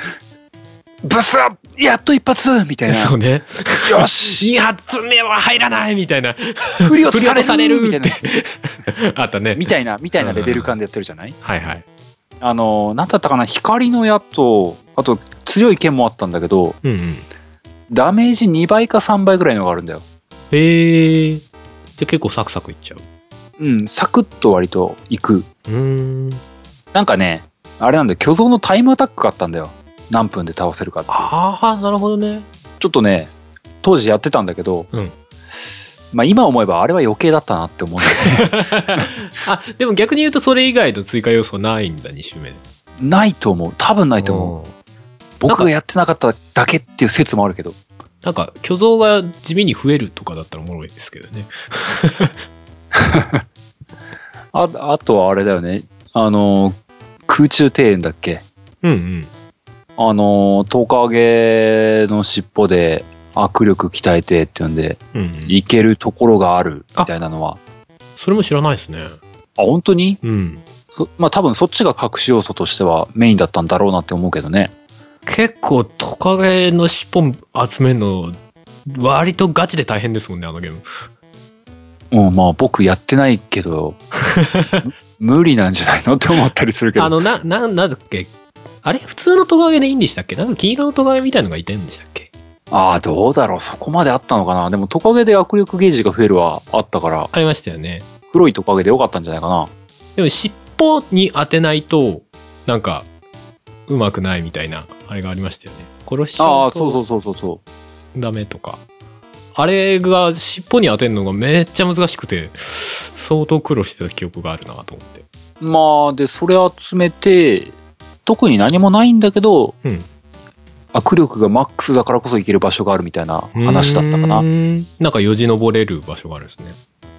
Speaker 1: ブスッやっと一発みたいな
Speaker 2: そうね
Speaker 1: よし
Speaker 2: 2発目は入らないみたいな
Speaker 1: 振り落
Speaker 2: 振
Speaker 1: と
Speaker 2: り
Speaker 1: さ
Speaker 2: 落
Speaker 1: れる
Speaker 2: とされるみ
Speaker 1: み
Speaker 2: た
Speaker 1: た
Speaker 2: い
Speaker 1: い
Speaker 2: な
Speaker 1: な
Speaker 2: あったね
Speaker 1: みたいなみたいなレベル感でやってるじゃない
Speaker 2: はいはい
Speaker 1: あの何だったかな光の矢とあと強い剣もあったんだけど
Speaker 2: うんうん
Speaker 1: ダメージ2倍か3倍ぐらいのがあるんだよ
Speaker 2: へえじゃあ結構サクサクいっちゃう
Speaker 1: うんサクッと割といく
Speaker 2: うーん
Speaker 1: なんかねあれなんだよ巨像のタイムアタックがあったんだよ何分で倒せるかって
Speaker 2: ああなるほどね
Speaker 1: ちょっとね、当時やってたんだけど、
Speaker 2: うん
Speaker 1: まあ今思えばあれは余計だったなって思うんだけ
Speaker 2: あでも逆に言うとそれ以外の追加要素ないんだ2周目で
Speaker 1: どないと思う。多分ないと思う。
Speaker 2: 思う
Speaker 1: 僕がやってなかっただけっていう説もあるけど。
Speaker 2: なんか虚像が地味に増えるとかだったらおもろいですけどね
Speaker 1: ああとはあれだよね。あのー、空中庭園だっけ
Speaker 2: うんうん
Speaker 1: あのー、トカゲの尻尾で握力鍛えてっていうんで、
Speaker 2: うんうん、
Speaker 1: いけるところがあるみたいなのは。
Speaker 2: それも知らないですね
Speaker 1: あ、本当に
Speaker 2: うん
Speaker 1: そまあ多分そっちが隠し要素としてはメインだったんだろうなって思うけどね。
Speaker 2: 結構トカゲの尻尾集めるの割とガチで大変ですもんねあのゲーム
Speaker 1: うん、まあ僕やってないけど、 む無理なんじゃないのって思ったりするけ
Speaker 2: あ
Speaker 1: ど。
Speaker 2: のなななんだっけあれ普通のトカゲでいいんでしたっけなんか金色のトカゲみたいのがいてんでしたっけ
Speaker 1: ああ、どうだろう。そこまであったのかな。でもトカゲで握力ゲージが増えるはあったから、
Speaker 2: ありましたよね
Speaker 1: 黒いトカゲでよかったんじゃないかな。
Speaker 2: でも尻尾に当てないとなんかうまくないみたいなあれがありましたよね殺しち
Speaker 1: あ
Speaker 2: ゃ
Speaker 1: あ、
Speaker 2: う
Speaker 1: そう
Speaker 2: と
Speaker 1: そうそうそうそ
Speaker 2: ダメとかあれが尻尾に当てるのがめっちゃ難しくて相当苦労してた記憶があるなと思って
Speaker 1: う。まあ、で、それ集めて、特に何もないんだけど、
Speaker 2: うん
Speaker 1: 握力がマックスだからこそ行ける場所があるみたいな話だったかな。
Speaker 2: う
Speaker 1: そう
Speaker 2: ーんなんかよじ登れる場所があるんですね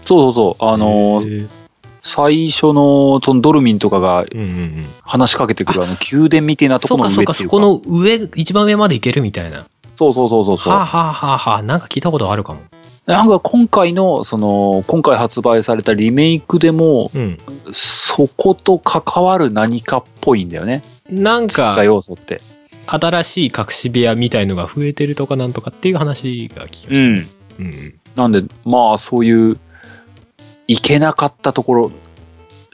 Speaker 1: そうそう。あのー、
Speaker 2: へー
Speaker 1: 最初の、そのドルミンとかが
Speaker 2: うんうんうん
Speaker 1: 話しかけてくる、あの、宮殿みたいなと
Speaker 2: そ
Speaker 1: ころ
Speaker 2: う
Speaker 1: の上っ
Speaker 2: かそう
Speaker 1: ていうか。
Speaker 2: かそこの上一番上まで行けるみたいな
Speaker 1: そうそうそうそうそう。
Speaker 2: はあ、はあはあはあ、なんか聞いたことあるかも。
Speaker 1: なんか今回の、その、今回発売されたリメイクでも、
Speaker 2: うん。
Speaker 1: そこと関わる何かっぽいんだよね。
Speaker 2: なん
Speaker 1: 追加
Speaker 2: か、
Speaker 1: 要素って。
Speaker 2: 新しい隠し部屋みたいのが増えてるとかなんとかっていう話が聞きま
Speaker 1: う
Speaker 2: し
Speaker 1: ん。
Speaker 2: た。うん。
Speaker 1: なんで、まあ、そういう、いけなかったところ、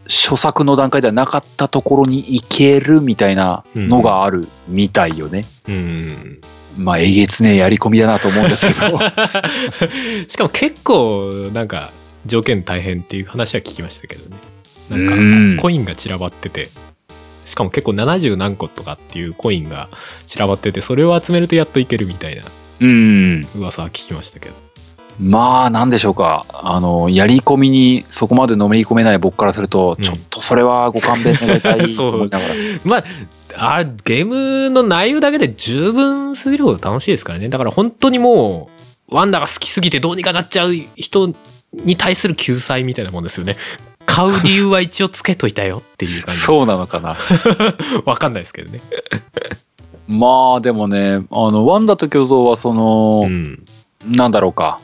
Speaker 1: 初作の段階ではなかったところに行けるみたいなのがあるみたいよね。
Speaker 2: うん。
Speaker 1: まあ、えげつねえやり込みだなと思うんですけ ど。
Speaker 2: しかも結構、なんか、条件大変っていう話は聞きましたけどね。なんか、
Speaker 1: うん
Speaker 2: コインが散らばってて、しかも結構70何個とかっていうコインが散らばってて、それを集めるとやっといけるみたいな
Speaker 1: うん。
Speaker 2: 噂は聞きましたけど。
Speaker 1: まあ、なんでしょうか。あの、やり込みにそこまでのめり込めない僕からすると、
Speaker 2: うん
Speaker 1: ちょっとそれはご勘弁願いたい
Speaker 2: そ
Speaker 1: と
Speaker 2: う
Speaker 1: 思いながら。
Speaker 2: まあ、あゲームの内容だけで十分すぎるほど楽しいですからね。だから本当にもう、ワンダが好きすぎてどうにかなっちゃう人に対する救済みたいなもんですよね。買う理由は一応つけといたよっていう感じ。
Speaker 1: そうなのかな。
Speaker 2: わかんないですけどね。
Speaker 1: まあでもね、あの、ワンダと巨像はその、
Speaker 2: ん。
Speaker 1: なんだろうか。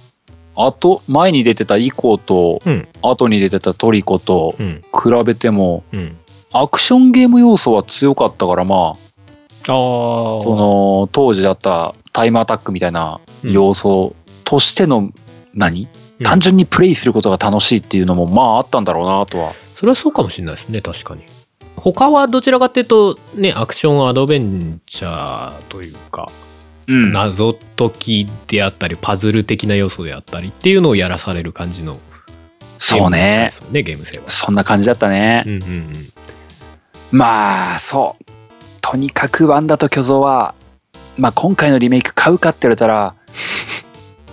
Speaker 1: あと、前に出てたイコと、
Speaker 2: うん
Speaker 1: 後に出てたトリコと
Speaker 2: うん。
Speaker 1: 比べても、
Speaker 2: うん。
Speaker 1: アクションゲーム要素は強かったから、ま
Speaker 2: ああ。そ
Speaker 1: あ、そ、の、当時だったタイムアタックみたいな要素としての、何
Speaker 2: うん
Speaker 1: 単純にプレイすることが楽しいっていうのも、まああったんだろうなとは。
Speaker 2: それはそうかもしれないですね、確かに。他はどちらかっていうと、ね、アクションアドベンチャーというか、
Speaker 1: うん
Speaker 2: 謎解きであったりパズル的な要素であったりっていうのをやらされる感じの
Speaker 1: そうね。
Speaker 2: ゲームの世界ですもんねゲーム性は
Speaker 1: そんな感じだったね。
Speaker 2: うんうん
Speaker 1: まあ、そう。とにかくワンダと巨像は、まあ今回のリメイク買うかって言われた ら、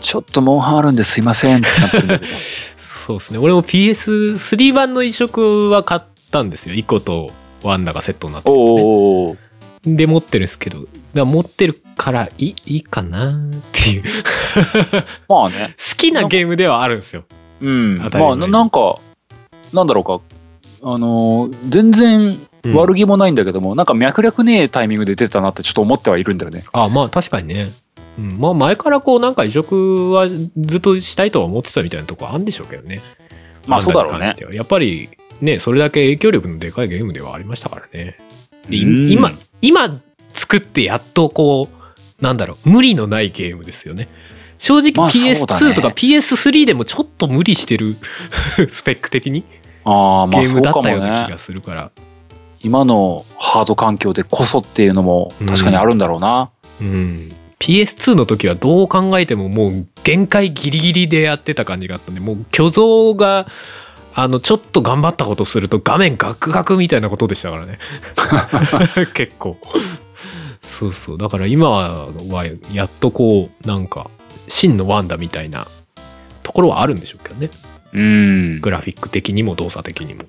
Speaker 1: ちょっとモンハンあるんですいませんってなってるんだ けど。
Speaker 2: そうですね俺も PS3 版の移植は買ったんですよ1個とワンダがセットになってるんですね
Speaker 1: おー
Speaker 2: で持ってるんですけどだから持ってるからいいいいかなっていう好
Speaker 1: まあね。
Speaker 2: きなゲームではあるんですよ
Speaker 1: うん。
Speaker 2: 当たり
Speaker 1: ま
Speaker 2: 前
Speaker 1: あななんか、なんだろうか。あのー全然悪
Speaker 2: い
Speaker 1: 気もないんだけども、なんか脈略ねえタイミングで出てたなってちょっと思ってはいるんだよね。
Speaker 2: あまあ確かにねうん、まあ前からこうなんか移植はずっとしたいとは思ってたみたいなとこあるんでしょうけどね。
Speaker 1: まあそうだろう
Speaker 2: マンダに関し
Speaker 1: ね
Speaker 2: て。はやっぱりね、それだけ影響力のでかいゲームではありましたからね。で、い
Speaker 1: うん
Speaker 2: 今、今作ってやっとこう、なんだろう、無理のないゲームですよね。正直
Speaker 1: まあそうだね
Speaker 2: PS2 とか PS3 でもちょっと無理してる スペック的に
Speaker 1: ああ、ま
Speaker 2: ゲ
Speaker 1: あ
Speaker 2: ー
Speaker 1: そ
Speaker 2: ム
Speaker 1: う
Speaker 2: だっ
Speaker 1: かも
Speaker 2: たような気
Speaker 1: ね
Speaker 2: が。するから。
Speaker 1: 今のハード環境でこそっていうのも確かにあるんだろうな。
Speaker 2: うん、PS2 の時はどう考えてももう限界ギリギリでやってた感じがあったんでもう虚像があのちょっと頑張ったことすると画面ガクガクみたいなことでしたか らね結構そうそうだから今はやっとこうなんか真のワンダみたいなところはあるんでしょうけどね
Speaker 1: うん。
Speaker 2: グラフィック的にも動作的にも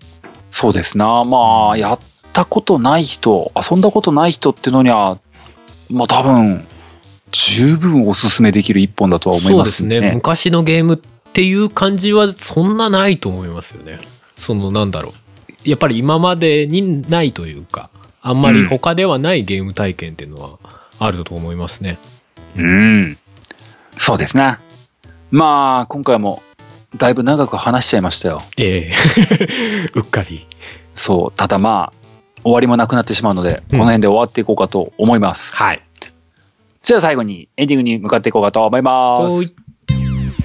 Speaker 1: そうですな。まあ、やったことない人、遊んだことない人ってのには、まあ多分、十分おすすめできる一本だとは思い
Speaker 2: そう
Speaker 1: ま
Speaker 2: ですす
Speaker 1: ね。
Speaker 2: ね昔のゲームっていう感じはそんなないと思いますよねそのなんだろうやっぱり今までにないというかあんまり他ではないゲーム体験っていうのはあると思いますね、
Speaker 1: うん。そうですね。まあ、今回も、だいぶ長く話しちゃいましたよ。
Speaker 2: ええ うっかり
Speaker 1: そう。ただまあ、終わりもなくなってしまうので、こ
Speaker 2: うん
Speaker 1: の辺で終わっていこうかと思います。
Speaker 2: はい
Speaker 1: じゃあ最後に、エンディングに向かっていこうかと思います。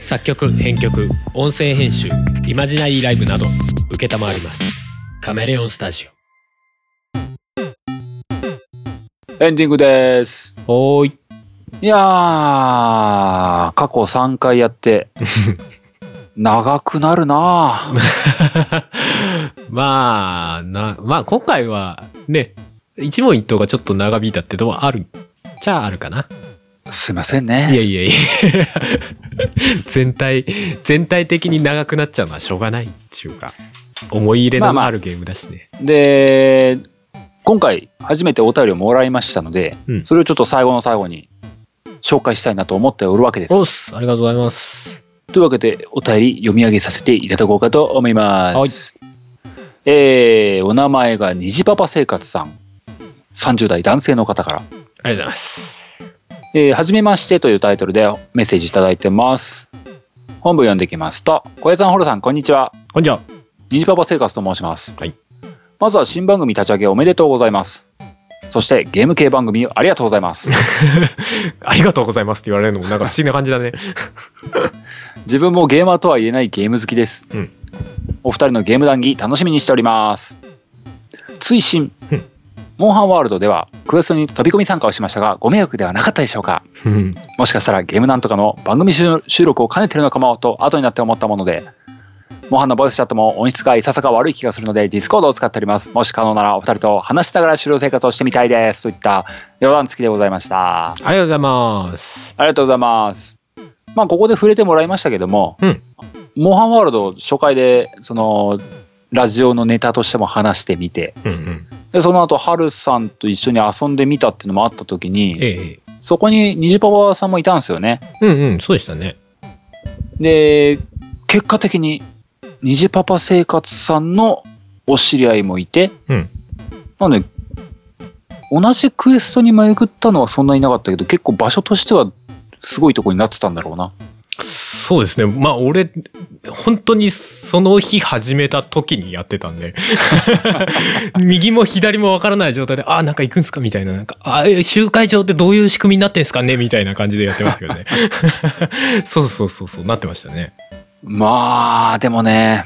Speaker 2: 作曲編曲音声編集イマジナリーライブなど承りますカメレオンスタジ
Speaker 1: エンディングです。
Speaker 2: オはい
Speaker 1: いやー、過去3回や って、長くなるなぁ。
Speaker 2: まあ、な、まあ今回はね、一問一答がちょっと長引いたってのはある、じゃああるかな。
Speaker 1: すいません
Speaker 2: いや
Speaker 1: ね。
Speaker 2: いやいや 全体、全体的に長くなっちゃうのはしょうがないっていうか、思い入れ
Speaker 1: まあま
Speaker 2: の
Speaker 1: あ
Speaker 2: あるゲームだしね。
Speaker 1: で、今回初めてお便りをもらいましたので、
Speaker 2: うん
Speaker 1: それをちょっと最後の最後に紹介したいなと思っておるわけです。
Speaker 2: おっす、ありがとうございます。
Speaker 1: というわけで、お便り読み上げさせていただこうかと思います。
Speaker 2: はい
Speaker 1: えー、お名前が虹パパ生活さん。30代男性の方から。
Speaker 2: ありがとうございます。
Speaker 1: えーはじめましてというタイトルでメッセージいただいてます。本部読んできますと、小屋さん、ホロさん、こんにちは。
Speaker 2: こんにちは。
Speaker 1: ニジパパ生活と申します。
Speaker 2: はい
Speaker 1: まずは新番組立ち上げおめでとうございます。そしてゲーム系番組ありがとうござい ます。
Speaker 2: ありがとうございますって言われるのもなんか不思議な感じだね。
Speaker 1: 自分もゲーマーとは言えないゲーム好きです。
Speaker 2: うん
Speaker 1: お二人のゲーム談義楽しみにしております。追伸
Speaker 2: うん。
Speaker 1: モンハンワールドではクエストに飛び込み参加をしましたが、ご迷惑ではなかったでしょうか
Speaker 2: うん。
Speaker 1: もしかしたらゲームなんとかの番組収収録を兼ねてるのかもと後になって思ったもので、モンハンのボイスチャットも音質がいささか悪い気がするので、ディスコードを使っております。もし可能ならお二人と話しながら終了生活をしてみたいです。といった余談付きでございました。あ
Speaker 2: ありがとうございます。
Speaker 1: りがとうございます。まあ、ここで触れてもらいましたけども、
Speaker 2: うん
Speaker 1: モンハンワールド初回で、その、ラジオのネタとしても話してみて、
Speaker 2: うんうん。
Speaker 1: でその後、ハルさんと一緒に遊んでみたっていうのもあった時に、
Speaker 2: ええ。
Speaker 1: そこにニジパパさんもいたんですよね。
Speaker 2: うんうん、そうでしたね。
Speaker 1: で、結果的に、虹パパ生活さんのお知り合いもいて、
Speaker 2: うん
Speaker 1: なので、同じクエストに迷ぐったのはそんなになかったけど、結構場所としてはすごいとこになってたんだろうな。
Speaker 2: そうですね。まあ、俺、本当にその日始めた時にやってたんで、右も左もわからない状態で、ああ、なんか行くんすかみたいな、なんか、あー集会場ってどういう仕組みになってんすかねみたいな感じでやってましたけどね。そうそうそうそう、なってましたね。
Speaker 1: まあ、でもね、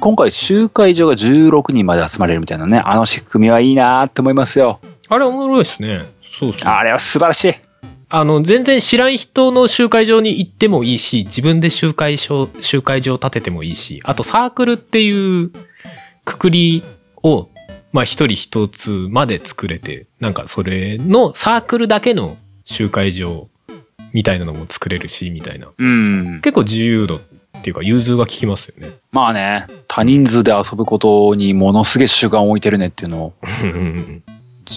Speaker 1: 今回集会所が16人まで集まれるみたいなね、あの仕組みはいいなって思いますよ。
Speaker 2: あれ面白いですね。そうそう。
Speaker 1: あれは素晴らしい。
Speaker 2: あの、全然知らん人の集会場に行ってもいいし、自分で集会所、集会場を立ててもいいし、あとサークルっていうくくりを、まあ一人一つまで作れて、なんかそれのサークルだけの集会場みたいなのも作れるし、みたいな。
Speaker 1: うん。
Speaker 2: 結構自由度っていうか融通が効きますよね。
Speaker 1: まあね、他人数で遊ぶことにものすげえ主眼を置いてるねっていうのを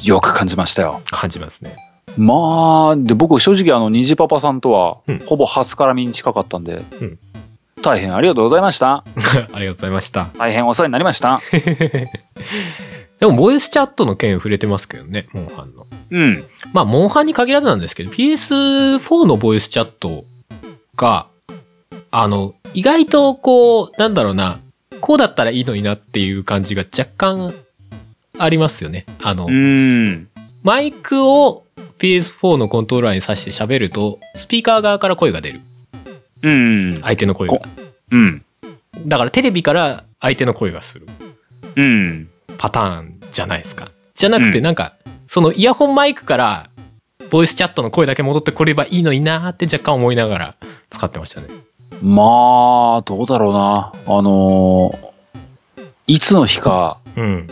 Speaker 1: よく感じましたよ。
Speaker 2: 感じますね。
Speaker 1: まあ、で、僕、正直、あの、虹パパさんとは
Speaker 2: うん、
Speaker 1: ほぼ初絡みに近かったんで、
Speaker 2: うん
Speaker 1: 大変ありがとうございました。
Speaker 2: ありがとうございました。
Speaker 1: 大変お世話になりました。
Speaker 2: でも、ボイスチャットの件触れてますけどね、モンハンの。
Speaker 1: うん。
Speaker 2: まあ、モンハンに限らずなんですけど、PS4 のボイスチャットが、あの、意外とこう、なんだろうな、こうだったらいいのになっていう感じが若干ありますよね。あの、
Speaker 1: うん。
Speaker 2: マイクを PS4 のコントローラーに挿して喋ると、スピーカー側から声が出る。
Speaker 1: うん。
Speaker 2: 相手の声が
Speaker 1: こ。うん。
Speaker 2: だからテレビから相手の声がする
Speaker 1: うん。
Speaker 2: パターンじゃないですか。じゃなくて、
Speaker 1: うん
Speaker 2: なんか、そのイヤホンマイクから、ボイスチャットの声だけ戻ってこればいいのになーって若干思いながら使ってましたね。
Speaker 1: まあ、どうだろうな。あのーいつの日か、
Speaker 2: うん。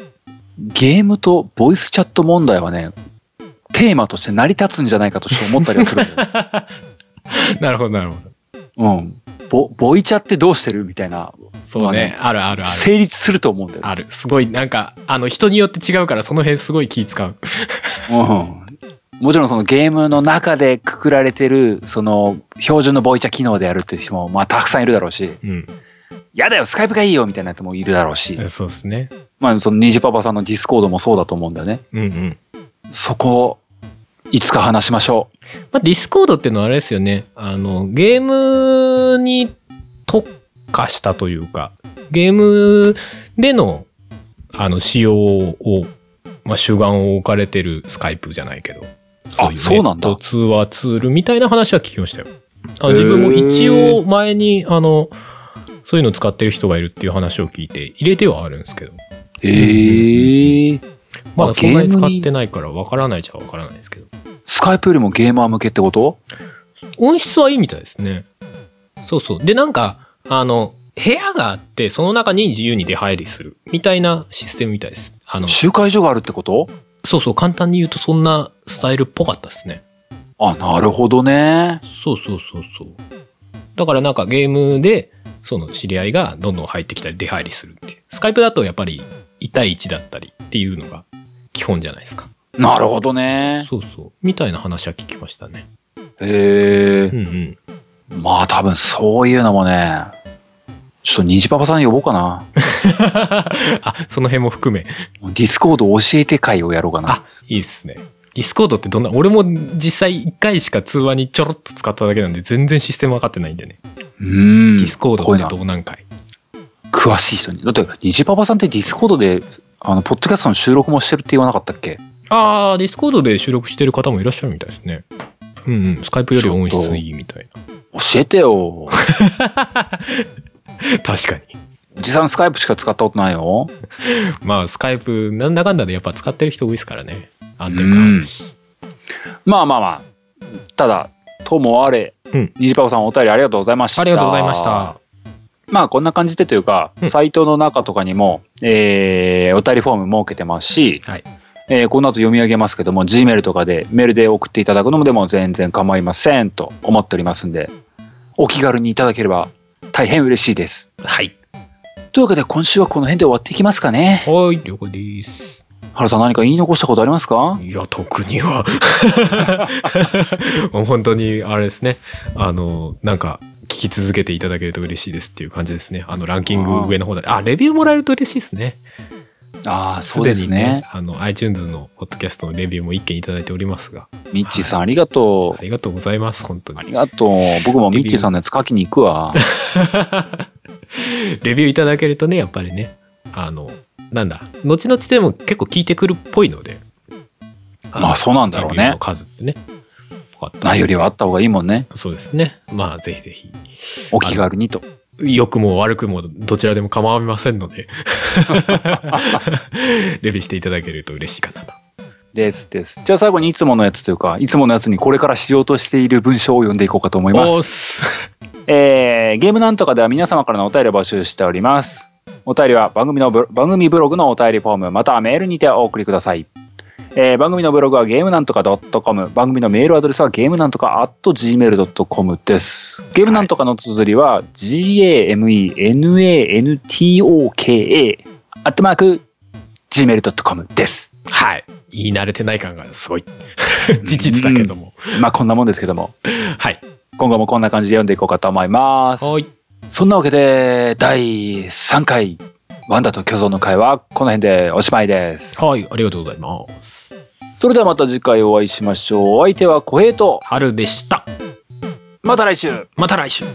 Speaker 1: ゲームとボイスチャット問題はね、テーマとして成り立つんじゃないかとちょっと思ったりはするんだよ ね。
Speaker 2: なるほど、なるほど。
Speaker 1: うん。ボ、ボイチャってどうしてるみたいな、
Speaker 2: そうね。あるあるある。
Speaker 1: 成立すると思うんだよね。
Speaker 2: ある。すごい、なんか、あの、人によって違うから、その辺すごい気使う。
Speaker 1: うん。もちろんそのゲームの中でくくられてる、その、標準のボイチャ機能でやるっていう人も、まあ、たくさんいるだろうし、
Speaker 2: うん。
Speaker 1: やだよ、スカイプがいいよみたいなやつもいるだろうし、
Speaker 2: そうですね。
Speaker 1: まあ、その、虹パパさんのディスコードもそうだと思うんだよね。
Speaker 2: うんうん。
Speaker 1: そこ、いつか話しましょ
Speaker 2: まあ、ディスコードっていうのはあれですよね。あの、ゲームに特化したというか、ゲームでの、あの、仕様を、まあ、主眼を置かれてるスカイプじゃないけど、い
Speaker 1: そうなんだ
Speaker 2: ネット通話ツールみたいな話は聞きましたよ。あの
Speaker 1: へー
Speaker 2: 自分も一応前に、あの、そういうの使ってる人がいるっていう話を聞いて、入れてはあるんですけど、
Speaker 1: う。へえ。
Speaker 2: まだそんなに
Speaker 1: ゲー
Speaker 2: 使
Speaker 1: ム
Speaker 2: っ
Speaker 1: に
Speaker 2: てないから、わからないじゃわからないですけど。
Speaker 1: スカイプよりもゲーマー向けってこと
Speaker 2: 音質はいいみたいですね。そうそう。で、なんか、あの、部屋があって、その中に自由に出入りする、みたいなシステムみたいです。あの、
Speaker 1: 集会所があるってこと
Speaker 2: そうそう、簡単に言うとそんなスタイルっぽかったですね。
Speaker 1: あ、なるほどね。
Speaker 2: そうそうそうそう。だからなんかゲームで、その知り合いがどんどん入ってきたり出入りするっていう。スカイプだとやっぱり1対1だったりっていうのが基本じゃないですか。
Speaker 1: なるほどね。
Speaker 2: そうそう。みたいな話は聞きましたね。
Speaker 1: へ
Speaker 2: う
Speaker 1: え。
Speaker 2: んうん。
Speaker 1: まあ多分そういうのもね、ちょっと虹パパさん呼ぼうかな。
Speaker 2: あ、その辺も含め。
Speaker 1: ディスコード教えて会をやろうかな。
Speaker 2: あ、いいっすね。ディスコードってどんな、俺も実際1回しか通話にちょろっと使っただけなんで全然システム分かってないんでね。
Speaker 1: うーん。
Speaker 2: ディスコード
Speaker 1: こういう
Speaker 2: って
Speaker 1: の
Speaker 2: どうなんかい。
Speaker 1: 詳しい人に。だって虹パパさんってディスコードで、あの、ポッドキャストの収録もしてるって言わなかったっけ
Speaker 2: あー、ディスコードで収録してる方もいらっしゃるみたいですね。うんうん、スカイプより音質いいみたい
Speaker 1: 教えて よ。
Speaker 2: な。 確かに。
Speaker 1: おじさんスカイプしか使ったことないよ。
Speaker 2: まあ、スカイプ、なんだかんだでやっぱ使ってる人多いですからね。安定感あるし。
Speaker 1: まあまあまあ。ただ、ともあれ、
Speaker 2: うん
Speaker 1: 虹パパさんお便りありがとうございました。
Speaker 2: ありがとうございました。。
Speaker 1: まあこんな感じでというか、
Speaker 2: うん
Speaker 1: サイトの中とかにも、えーお便りフォーム設けてますし、
Speaker 2: はい
Speaker 1: えーこの後読み上げますけども、Gmail とかでメールで送っていただくのもでも全然構いませんと思っておりますんで、お気軽にいただければ大変嬉しいです。
Speaker 2: はい。
Speaker 1: というわけで今週はこの辺で終わっていきますかね。
Speaker 2: はい、了解です。
Speaker 1: 原さん何か言い残したことありますか
Speaker 2: いや、特には。 もう本当に、あれですね。あの、なんか、聞き続けていただけると嬉しいですっていう感じですね。あの、ランキング上の方で。あ、レビューもらえると嬉しいですね。
Speaker 1: ああ、そうですね。
Speaker 2: あの、iTunes のポッドキャストのレビューも一件いただいておりますが。
Speaker 1: ミッチーさんありがと
Speaker 2: あ
Speaker 1: う。
Speaker 2: りがとうございます、本当
Speaker 1: あり
Speaker 2: に。
Speaker 1: がとう。僕もミッチーさんのやつ書きに行く わ。
Speaker 2: レビューいただけるとね、やっぱりね、あの、なんだ、後々でも結構聞いてくるっぽいので。
Speaker 1: まあそうなんだろう
Speaker 2: レビュー
Speaker 1: ね
Speaker 2: の。数ってね。よかった
Speaker 1: ないよりはあった方がいいもんね。
Speaker 2: そうですね。まあ、ぜひぜひ。
Speaker 1: お気軽にと。
Speaker 2: 良くも悪くもどちらでも構いませんの で、レビューしていただけると嬉しいかなと。
Speaker 1: ですです。じゃあ最後にいつものやつというか、いつものやつにこれからしようとしている文章を読んでいこうかと思います。
Speaker 2: おーっす。
Speaker 1: えー、ゲームなんとかでは皆様からのお便りを募集しております。お便りは番組のブ番組ブログのお便りフォーム、またはメールにてお送りください。えー番組のブログはゲームなんとか .com、番組のメールアドレスはゲームなんとか .gmail.com です。ゲームなんとかの綴りは、g-a-m-e-n-a-n-t-o-k-a、アットマーク、gmail.com です。
Speaker 2: はい。言い慣れてない感がすごい。 事実だけども。
Speaker 1: まあこんなもんですけども。
Speaker 2: はい。
Speaker 1: 今後もこんな感じで読んでいこうかと思います。
Speaker 2: はい。
Speaker 1: そんなわけで、第3回、ワンダと巨像の会はこの辺でおしまいです。
Speaker 2: はい、ありがとうございます。
Speaker 1: それではまた次回お会いしましょう。お相手は小平と、
Speaker 2: 春でした。
Speaker 1: また来週
Speaker 2: また来週。